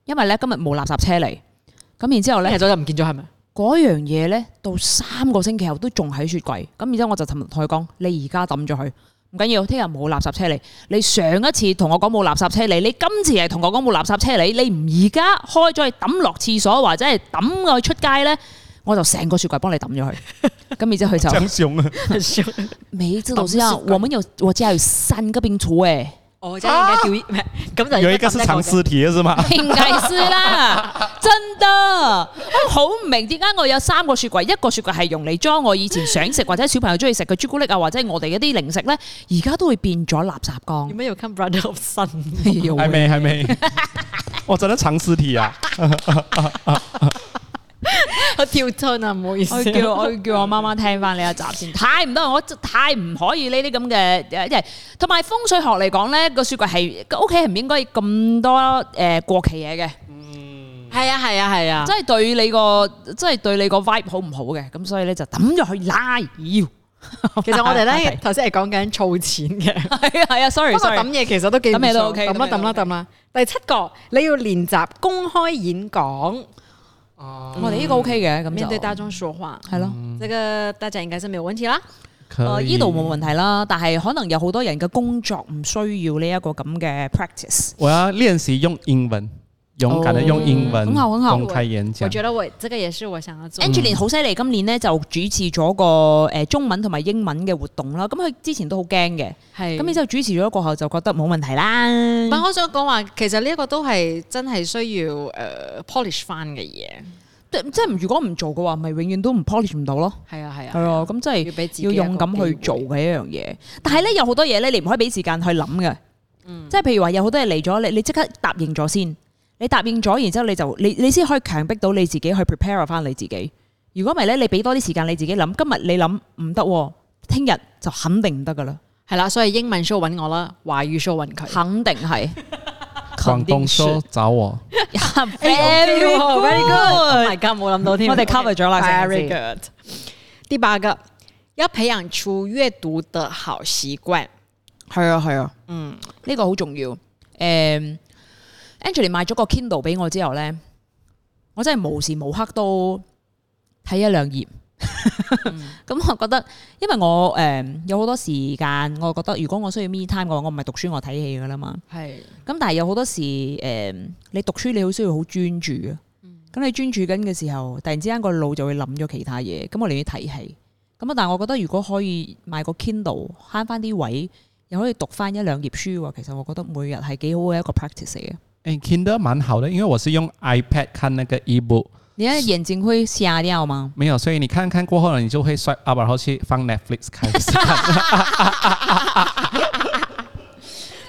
Speaker 2: 因為咧今日冇垃圾車嚟。咁然之後
Speaker 1: 你係
Speaker 2: 咧，
Speaker 1: 咗就唔見咗係咪？
Speaker 2: 嗰樣嘢咧到三個星期後都仲喺雪櫃。咁然之後我就同同佢講：你而家抌咗佢，唔緊要，聽日冇垃圾車嚟。你上一次同我講冇垃圾車嚟，你今次係同我講冇垃圾車嚟，你唔而家開咗去抌落廁所或者係抌佢出街咧，我就成個雪櫃幫你抌咗佢。咁然之後佢 就
Speaker 3: 江 熊啊，
Speaker 2: 每知道之後，我們有我家有三個冰廚誒。
Speaker 1: 我
Speaker 2: 哦
Speaker 1: 真係應該掉，咁就
Speaker 3: 有一個是藏屍體的 是嗎？
Speaker 2: 應計師啦，真得，我好唔明點解我有三個雪櫃，一個雪櫃係用嚟裝我以前想食或者小朋友中意食嘅朱古力啊，或者我哋一啲零食咧，而家都會變咗垃圾
Speaker 1: 有
Speaker 2: 缸。
Speaker 1: 咩要 come brother of sun？
Speaker 2: 哎呦
Speaker 3: 還
Speaker 2: 喂
Speaker 3: 沒，還沒。我真的藏屍體啊！
Speaker 1: 我跳親啊，唔好意思
Speaker 2: 我。要叫我要叫我媽媽聽翻呢一集先，太唔得，我真太唔可以呢啲咁嘅誒，因為同埋風水學嚟講咧，個雪櫃係個屋企係唔應該咁多誒、呃、過期嘢嘅，
Speaker 1: 係啊係啊係啊
Speaker 2: 即，係對你個即係對你個 vibe 好唔好嘅，咁所以咧就抌咗去拉妖。
Speaker 1: 其實我 哋咧
Speaker 2: 係
Speaker 1: 頭先係講緊儲錢 嘅。
Speaker 2: 係啊係啊，sorry
Speaker 1: 不過
Speaker 2: sorry，
Speaker 1: 抌嘢其實都幾唔
Speaker 2: 抌嘢都
Speaker 1: 錯
Speaker 2: OK，
Speaker 1: 抌啦
Speaker 2: 抌嘢都
Speaker 1: 抌啦
Speaker 2: OK
Speaker 1: 抌啦。第七個你要練習公開演講，
Speaker 2: 我哋呢個 OK 嘅，咁
Speaker 1: 面對
Speaker 2: 就
Speaker 1: 大眾說話，
Speaker 2: 係咯。
Speaker 1: 這個大家應該是沒有問題啦。
Speaker 2: 誒
Speaker 3: 可以
Speaker 2: 哦依度冇問題啦，但係可能有好多人嘅工作唔需要呢一個咁嘅 practice。
Speaker 3: 我要练习用英文，勇敢的用英文，
Speaker 2: 哦很好很好
Speaker 3: 公开演
Speaker 1: 我
Speaker 3: 讲。
Speaker 1: 覺得我這個也是我想要做。
Speaker 2: Angeline 好犀利，今年咧就主持咗個誒中文同埋英文嘅活動啦。咁佢之前都好驚嘅，
Speaker 1: 係
Speaker 2: 咁然之後主持咗過後就覺得冇問題啦。
Speaker 1: 唔係，我想講話，其實呢一個都係真係需要誒、呃 polish 翻嘅嘢。
Speaker 2: 即即係如果唔做嘅話，咪永遠都唔 polish 唔到咯。
Speaker 1: 係啊，係啊，
Speaker 2: 係啊，咁即係
Speaker 1: 要俾自己
Speaker 2: 要勇敢去做嘅一樣嘢。但係咧有好多嘢咧，你唔可以俾時間去諗嘅。
Speaker 1: 嗯
Speaker 2: 即係譬如話有好多嘢嚟咗，你你即刻答應咗先，你答應咗，然之後你就你你先可以強迫到你自己去 prepare 翻你自己。如果唔係咧，你俾多啲時間你自己諗，今日你諗唔得喎，聽日就肯定唔得噶啦。
Speaker 1: 係啦，所以英文 show 揾我啦，華語 show 揾佢。
Speaker 2: 肯定 係。
Speaker 3: 广东说找我，
Speaker 2: very
Speaker 1: very Oh
Speaker 2: good，
Speaker 1: my god，冇諗到添
Speaker 2: 我哋 cover 咗啦成件
Speaker 1: Very
Speaker 2: 事
Speaker 1: good。第八個，要培養出閱讀的好習慣。
Speaker 2: 係啊係啊，嗯，呢個好重要。誒，Angeline 買咗個 Kindle 俾我之後咧，我真係無時無刻都睇一兩頁。 咁我覺得，因為我誒、有好多時間，我覺得如果我需要 me time 嘅話，我唔係讀書，我睇戲噶啦嘛。
Speaker 1: 係
Speaker 2: 咁但係有好多時誒、你讀書你好需要好專注嘅。咁你專注緊嘅時候，突然之間個腦就會諗咗其他嘢。咁我寧願睇戲。咁啊，但係我覺得如果可以買個 Kindle 慳翻啲位，又可以讀翻一兩頁書喎。其實我覺得每日係幾好嘅一個 practice 嚟嘅。
Speaker 3: 哎，Kindle 蛮好的，因为我是用 iPad 看那个 ebook，
Speaker 2: 你一眼睛會瞎掉嗎？
Speaker 3: 没有，所以你看看过后呢，你就会 swipe up，然后去 放 Netflix 开始看。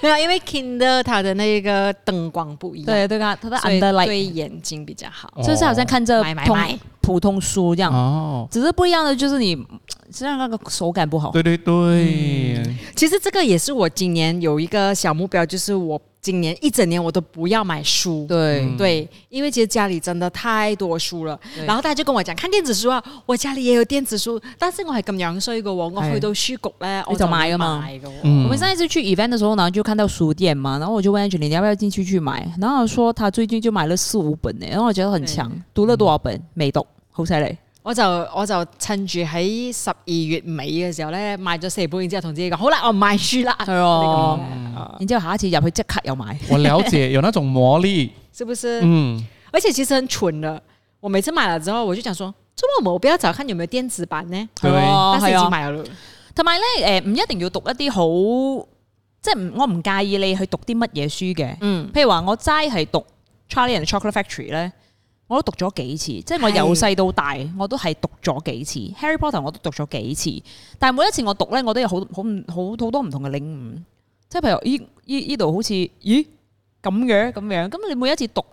Speaker 1: 沒啊有，因為 Kindle 它的那個燈光不一樣，
Speaker 2: 對對啊，他的
Speaker 1: 所以
Speaker 2: underlight，
Speaker 1: 對眼睛比較好。
Speaker 3: 哦
Speaker 2: 就是好像看着
Speaker 1: 買買
Speaker 2: 通
Speaker 1: 買
Speaker 2: 普通書這樣，
Speaker 3: 哦，
Speaker 2: 只是不一樣的就是你，實際上那個手感不好。
Speaker 3: 对对对，
Speaker 1: 其實這個也是我今年有一個小目標，就是我今年一整年我都不要買書。
Speaker 2: 對
Speaker 1: 对，因为其实家里真的太多书了
Speaker 2: 对，
Speaker 1: 然后大家就跟我讲看电子书啊，我家里也有电子书，但是我系咁样衰嘅喎，我
Speaker 2: 系
Speaker 1: 去到书局咧，我
Speaker 2: 就
Speaker 1: 买
Speaker 2: 买噶啊嘛
Speaker 1: 买嘅喎
Speaker 2: 我
Speaker 3: 嗯
Speaker 2: 们，上一次去 event 的时候呢，就看到书店嘛，然后我就问 Angeline 你要不要进去去买，然后她说她最近就买了四五本呢、然后我觉得很强，读了多少本？未读，好犀利。
Speaker 1: 我就我就趁住喺十二月尾嘅时候咧，买咗四本，然之后同自己讲，好啦，我唔买书啦，
Speaker 2: 係哦，
Speaker 1: 啊
Speaker 2: 然之後下一次入去即刻又買，
Speaker 3: 我了解，有那种魔 力，
Speaker 1: 是不是？
Speaker 3: 嗯，
Speaker 1: 而且其实很蠢的，我每次买了之后，我就想说，周末我不要找看有没有电子版呢，
Speaker 3: 對
Speaker 2: 哦
Speaker 1: 但是已
Speaker 2: 係
Speaker 1: 经
Speaker 2: 啊。
Speaker 1: 买了。
Speaker 2: 同埋咧，誒唔一定要讀一啲好，即係唔我唔介意你去讀啲乜嘢書嘅。
Speaker 1: 嗯，
Speaker 2: 譬如話我齋係讀 Charlie and the Chocolate Factory 咧，我都讀咗幾次，即係我
Speaker 1: 係
Speaker 2: 由細到大我都係讀咗幾次 Harry Potter 我都讀咗幾次，但係每一次我讀咧，我都有好好唔好好多唔同嘅領悟，即係譬如依依依度好似咦咁樣咁樣，咁你每一次讀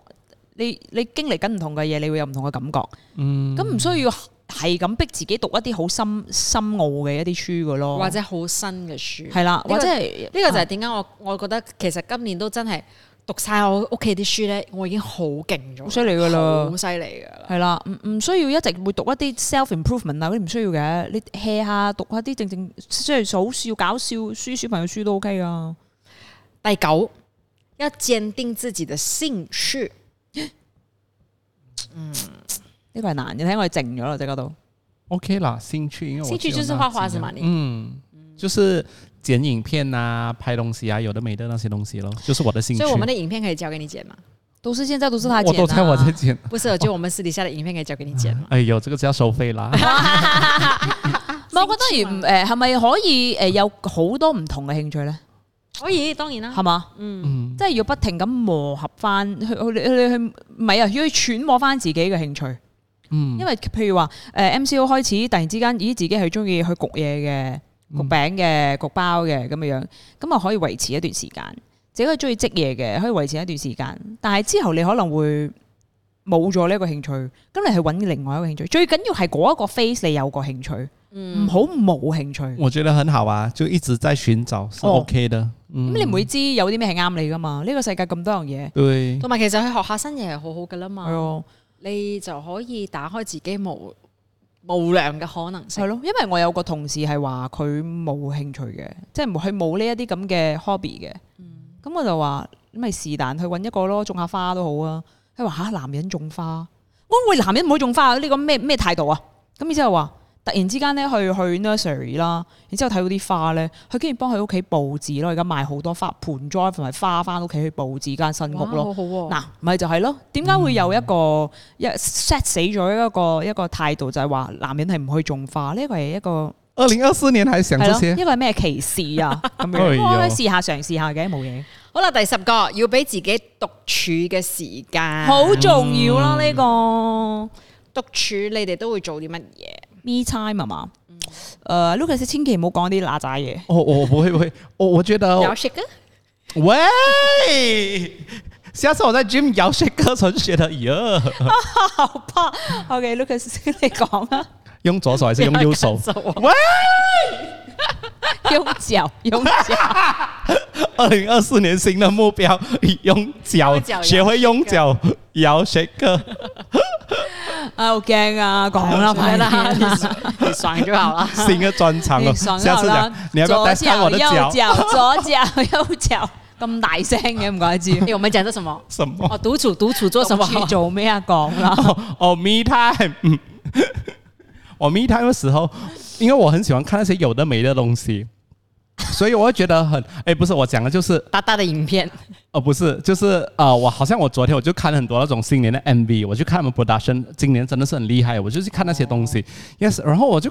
Speaker 2: 你你經歷緊唔同嘅嘢，你會有唔同嘅感覺，
Speaker 3: 嗯，
Speaker 2: 咁唔、需要係咁逼自己讀一啲好深深奧嘅一啲書嘅咯，
Speaker 1: 或者好新嘅书。
Speaker 2: 係啦，
Speaker 1: 呢個
Speaker 2: 或者係
Speaker 1: 呢個就係點解我我覺得其實今年都真係讀晒我屋企啲書咧，我已經好勁咗，
Speaker 2: 好犀利㗎啦
Speaker 1: 好犀利噶啦。
Speaker 2: 係啦，唔唔需要一直會讀一啲 self improvement 啊，嗰啲唔需要嘅。你 hea 下讀下啲正正即係好笑搞笑書小朋友書都 OK 啊。
Speaker 1: 第九，要堅定自己的興趣，
Speaker 2: 呢個係難嘅，睇我哋靜咗啦，即係嗰度。
Speaker 3: OK 啦，興趣，因為我
Speaker 1: 興趣
Speaker 3: 只
Speaker 1: 就
Speaker 3: 有
Speaker 1: 是
Speaker 3: 那
Speaker 1: 畫
Speaker 3: 幾
Speaker 1: 畫是
Speaker 3: 樣
Speaker 1: 嗎你
Speaker 3: 嗯，就是剪影片啊，拍東西啊，有的沒的那些東西咯，就是我的興趣。
Speaker 1: 所以我們的影片可以交給你剪嘛？
Speaker 2: 都是現在都是他
Speaker 3: 我
Speaker 2: 剪、啊，
Speaker 3: 都猜我在剪。
Speaker 1: 不是，就我們私底下的影片可以交給你剪嘛？
Speaker 3: 哎呦，這個就要收費 啦。
Speaker 2: 唔係我覺得誒係咪可以誒有好多唔同嘅興趣咧？
Speaker 1: 可以，哦當然啦
Speaker 2: 係。嘛？
Speaker 3: 嗯，
Speaker 2: 即係要不停咁磨合翻，去去去去唔係啊，要去揣摩翻自己嘅興趣。
Speaker 3: 嗯
Speaker 2: 因為譬如話誒、MCO 開始，突然之間，咦，自己係中意去焗嘢嘅，
Speaker 3: 嗯
Speaker 2: 焗餅嘅，焗包嘅咁樣樣，咁啊可以維持一段時間。自己係中意織嘢嘅，可以維持一段時間。但係之後你可能會唔冇咗呢一個興趣，咁你去揾另外一個興趣。最緊要係嗰一個 phase 你有個興趣，唔好冇興趣。咁、
Speaker 3: 我觉得很好啊，就一直在寻找是
Speaker 2: 哦
Speaker 3: OK 的。嗯，
Speaker 2: 你唔會知有啲咩係啱你噶嘛？呢、個世界咁多樣嘢，
Speaker 3: 对，
Speaker 1: 同埋其實去學下新嘢係好好噶啦
Speaker 2: 係啊
Speaker 1: 嘛，
Speaker 2: 咯，
Speaker 1: 你就可以打開自己無無量嘅可能性
Speaker 2: 係。咯。因為我有個同事係話佢冇興趣嘅，即係佢冇呢一啲咁嘅 hobby 嘅。咁、我就話咁咪是但去揾一個咯，種下花都好啊。佢話吓男人種花，我話喂男人唔好種花啊！呢、個咩咩態度啊？咁然之後話突然之間咧去去 nursery 啦，然之後睇到啲花咧，佢竟然幫佢屋企佈置咯，而家賣好多花盆栽同埋花翻屋企去佈置間新屋
Speaker 1: 哇
Speaker 2: 咯。
Speaker 1: 好好喎。
Speaker 2: 嗱，咪就係咯。點解會有一個一 set 死咗一個一個態度，就係話男人係唔去種花？呢個係一個
Speaker 3: 二零二四年还想
Speaker 2: 係
Speaker 3: 这
Speaker 2: 咯，
Speaker 3: 些，
Speaker 2: 一個係咩歧視啊？咁
Speaker 3: 啊哎
Speaker 2: 樣
Speaker 3: 呦
Speaker 2: 我試下嘗試下嘅，冇嘢，
Speaker 1: 好啦，第十個要俾自己獨處嘅時間。
Speaker 2: 好重要啦呢個
Speaker 1: 獨處，你哋都會做啲乜嘢？
Speaker 2: me time 啊嘛。誒，Lucas 千祈唔好講啲嗱喳嘢。
Speaker 3: 我哦我不会不会，我我觉得哦
Speaker 1: 有 shake 啊
Speaker 3: 喂，下次我在 gym 摇 shake 歌手就觉得，哟，
Speaker 2: 好吧，OK，Lucas 你講啊啦，
Speaker 3: 用左手还是用右手？喂，
Speaker 2: 用腳用腳，
Speaker 3: 二零二四年新的目标，用脚
Speaker 1: 用脚摇
Speaker 3: 学会用脚摇 shake 歌。
Speaker 2: 啊好驚啊！ 講啦，快
Speaker 1: 啦，
Speaker 2: 啲。
Speaker 1: 你你爽就好 啦。
Speaker 3: 新的专长 哦，
Speaker 2: 你爽
Speaker 3: 下
Speaker 2: 下
Speaker 3: 次
Speaker 2: 啦
Speaker 3: 讲，你要不要
Speaker 2: 左
Speaker 3: test 看我
Speaker 2: 腳
Speaker 3: 的
Speaker 2: 右
Speaker 3: 脚？
Speaker 2: 腳，左腳右腳，咁大聲嘅唔怪 之。
Speaker 1: 你哎我們講咗什麼？
Speaker 3: 什么？
Speaker 1: 哦，獨處獨處做什麼？
Speaker 2: 獨處做咩啊？講啦，
Speaker 3: 哦哦，me time，嗯， 我 me time 的时候，因为我很喜欢看那些有的没的东西，所以我会觉得很，哎，不是我讲的就是
Speaker 1: 大大的影片，
Speaker 3: 哦，不是，就是呃，我好像我昨天我就看很多那种新年的 MV，我去看他们 production，今年真的是很厉害，我就去看那些东
Speaker 2: 哦
Speaker 3: 西、y e s 然后我就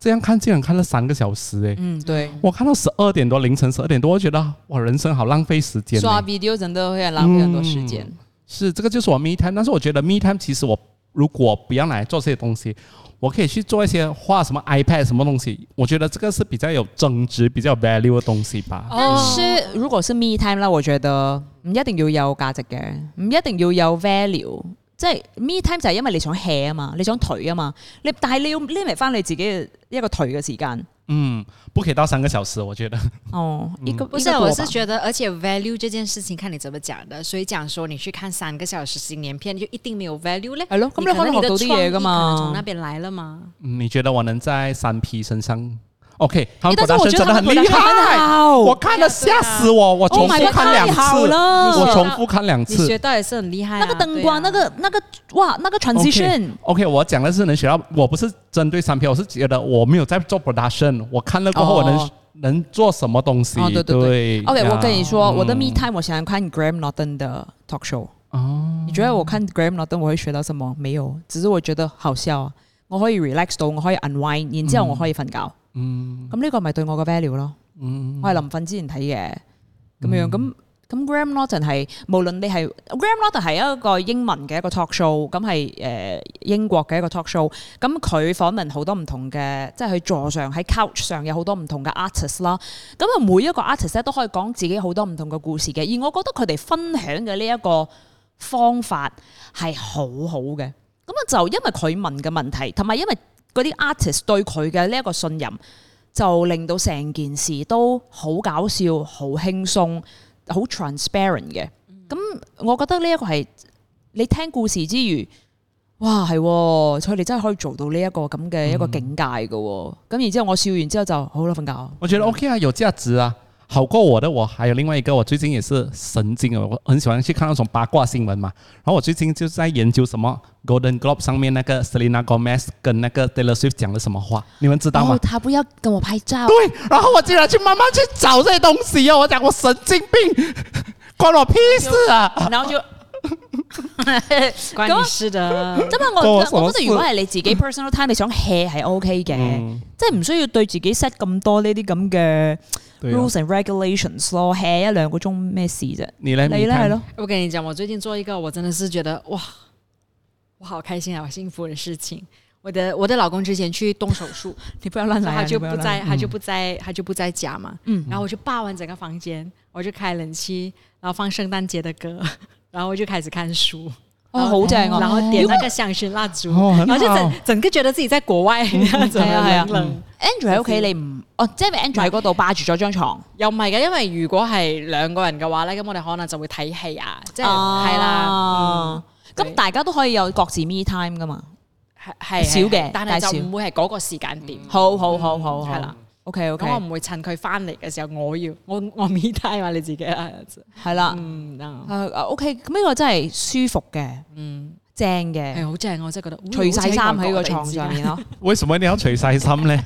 Speaker 3: 这样看，竟然看了三个小时，哎、
Speaker 2: 嗯，對，
Speaker 3: 我看到十二点多，凌晨十二点多，我觉得我人生好浪费时间
Speaker 2: 刷
Speaker 3: 欸。
Speaker 2: video 真的會浪費很多時間。
Speaker 3: 是，这个就是我 me time，但是我觉得 me time 其实我如果不要拿来做这些东西，我可以去做一些画什么 iPad 什么东西，我觉得这个是比较有增值、比较有 value 的东西吧。
Speaker 2: 但是如果是 me time 啦，我覺得唔一定要有價值嘅，唔一定要有 value。即係 me time 就係因為你想 hea 啊嘛，你想頹啊嘛，你但係你要 limit 翻你自己嘅一個頹嘅時間。
Speaker 3: 嗯，不可以到三个小时，我觉得。
Speaker 2: 哦，
Speaker 3: 嗯
Speaker 2: 一個
Speaker 1: 不
Speaker 2: 一
Speaker 1: 是，
Speaker 2: 個多
Speaker 1: 我是
Speaker 2: 吧
Speaker 1: 覺得，而且 value 这件事情看你怎麼講的，所以講說你去看三個小時新年片就一定沒有 value 咧。
Speaker 2: 係咯，咁你可
Speaker 1: 能
Speaker 2: 能學到啲嘢
Speaker 1: 噶
Speaker 2: 噶嘛。
Speaker 1: 從那邊來了嘛。
Speaker 3: 嗯，你觉得我能在三 P 身上？OK，他们
Speaker 2: 但是
Speaker 3: production
Speaker 2: 我觉得
Speaker 3: 真的
Speaker 2: 他
Speaker 3: 很
Speaker 2: 们
Speaker 3: 厉
Speaker 2: production 很
Speaker 3: 害，
Speaker 2: 好
Speaker 3: 我看了吓死我，我
Speaker 2: Oh
Speaker 3: 重
Speaker 2: my
Speaker 3: 复
Speaker 2: god，
Speaker 3: 看两
Speaker 2: 太好
Speaker 3: 次，
Speaker 2: 了
Speaker 3: 我重复看两
Speaker 1: 你
Speaker 3: 次
Speaker 1: 學。到也是很厲害啊，
Speaker 2: 那個燈光，
Speaker 1: 對
Speaker 2: 那
Speaker 1: 啊
Speaker 2: 個那個哇，那個 transition。
Speaker 3: OK，我讲的是能学到，我不是针对三 P，我是觉得我没有在做 production，我看了过后我能
Speaker 2: 哦
Speaker 3: 能做什么东西
Speaker 2: 哦，？对对对。OK，
Speaker 3: 呀
Speaker 2: 我跟你说，我的 me time 我想想看 Graham Norton 的 talk show。哦，你觉得我看 Graham Norton 我会学到什么？没有，只是我觉得好笑啊，我可以 relax 到，我可以 unwind，然之後我可以瞓覺。嗯，咁呢個咪對我個 value 咯。我係臨瞓之前睇嘅，咁樣咁。咁 Graham Norton 係無論你係 Graham Norton 係一個英文嘅一個 talk show，咁係誒英國嘅一個 talk show，咁佢訪問好多唔同嘅，即係佢座上喺 couch 上有好多唔同嘅 artist 啦。咁啊，每一個 artist 咧都可以講自己好多唔同嘅故事嘅，而我覺得佢哋分享嘅呢一個方法係好好嘅。咁啊，就因為佢問嘅問題，同埋因為嗰啲 artist 對佢嘅呢一個信任，就令到成件事都好搞笑、好輕鬆、好 transparent 嘅。咁我覺得呢一個係你聽故事之餘，哇係喎，佢哋真係可以做到呢一個咁嘅一個境界嘅喎。咁、然之後我笑完之後就好啦，瞓覺。
Speaker 3: 我觉得 OK 啊，有价值啊，好过我的。我还有另外一个，我最近也是神经哦，我很喜欢去看那种八卦新闻嘛。然后我最近就在研究什么 Golden Globe 上面那个 Selena Gomez 跟那个 Taylor Swift 讲了什么话，你们知道吗？
Speaker 2: 哦，他不要跟我拍 照。
Speaker 3: 对，然后我竟然去慢慢去找这些东西哦，我讲我神经病，关我屁事啊！
Speaker 2: 然 後就
Speaker 1: 關你事的。
Speaker 2: 咁啊，
Speaker 3: 關
Speaker 2: 我
Speaker 3: 我
Speaker 2: 我
Speaker 3: 什麼
Speaker 2: 覺得如果
Speaker 3: 事
Speaker 2: 係你自己 personal time，你想 hea 係 OK 嘅，
Speaker 3: 嗯
Speaker 2: 即係唔需要對自己 set 咁多呢啲咁嘅
Speaker 3: 对啊
Speaker 2: rules and regulations 咯，hea 一兩個鐘咩事啫？
Speaker 3: 你来，
Speaker 2: 你咧係咯，，
Speaker 1: 我跟你講，我最近做一個我真的是覺得哇，我好開心啊，好幸福的事情。我的我的老公之前去动手术，
Speaker 2: 你不要亂嚟啊，
Speaker 1: 他就
Speaker 2: 你
Speaker 1: 不
Speaker 2: 要亂
Speaker 1: 在，
Speaker 2: 嚟。
Speaker 1: 他就不在，他就不在家嘛。嗯，然后我就霸完整个 房间，我就开冷气，然后放圣诞节的歌，然后我就开始看书。
Speaker 2: 哦，好正啊！
Speaker 1: 然后点那个香薰蜡烛，然后就整整个觉得自己在国外 那
Speaker 2: 係
Speaker 1: 种
Speaker 2: 啊係啊
Speaker 1: 冷冷。
Speaker 2: Andrew 喺屋企你唔哦，即係 Andrew 喺嗰度霸住咗張床，
Speaker 1: 又唔係嘅，因為如果係兩個人嘅話咧，咁我哋可能就會睇戲啊，即係
Speaker 2: 哦
Speaker 1: 係啦，
Speaker 2: 啊。咁大家都可以有各自 me time 噶嘛？
Speaker 1: 係係
Speaker 2: 少嘅
Speaker 1: 但
Speaker 2: 但係
Speaker 1: 係就
Speaker 2: 少
Speaker 1: 唔會係嗰個時間點。
Speaker 2: 好好好好好，
Speaker 1: 係啦。
Speaker 2: OK
Speaker 1: 咁我
Speaker 2: OK，
Speaker 1: 唔會趁佢翻嚟嘅時候，我要我我 me time 啊你自己啦。
Speaker 2: 係啦。
Speaker 1: 嗯，啊
Speaker 2: 啊啊 OK，咁呢個真係舒服嘅，
Speaker 1: 嗯，
Speaker 2: 正
Speaker 1: 係
Speaker 2: 嘅，
Speaker 1: 好正，我真係覺得
Speaker 2: 除晒衫喺個床上面。咯。
Speaker 3: 为什么一定要除晒衫呢？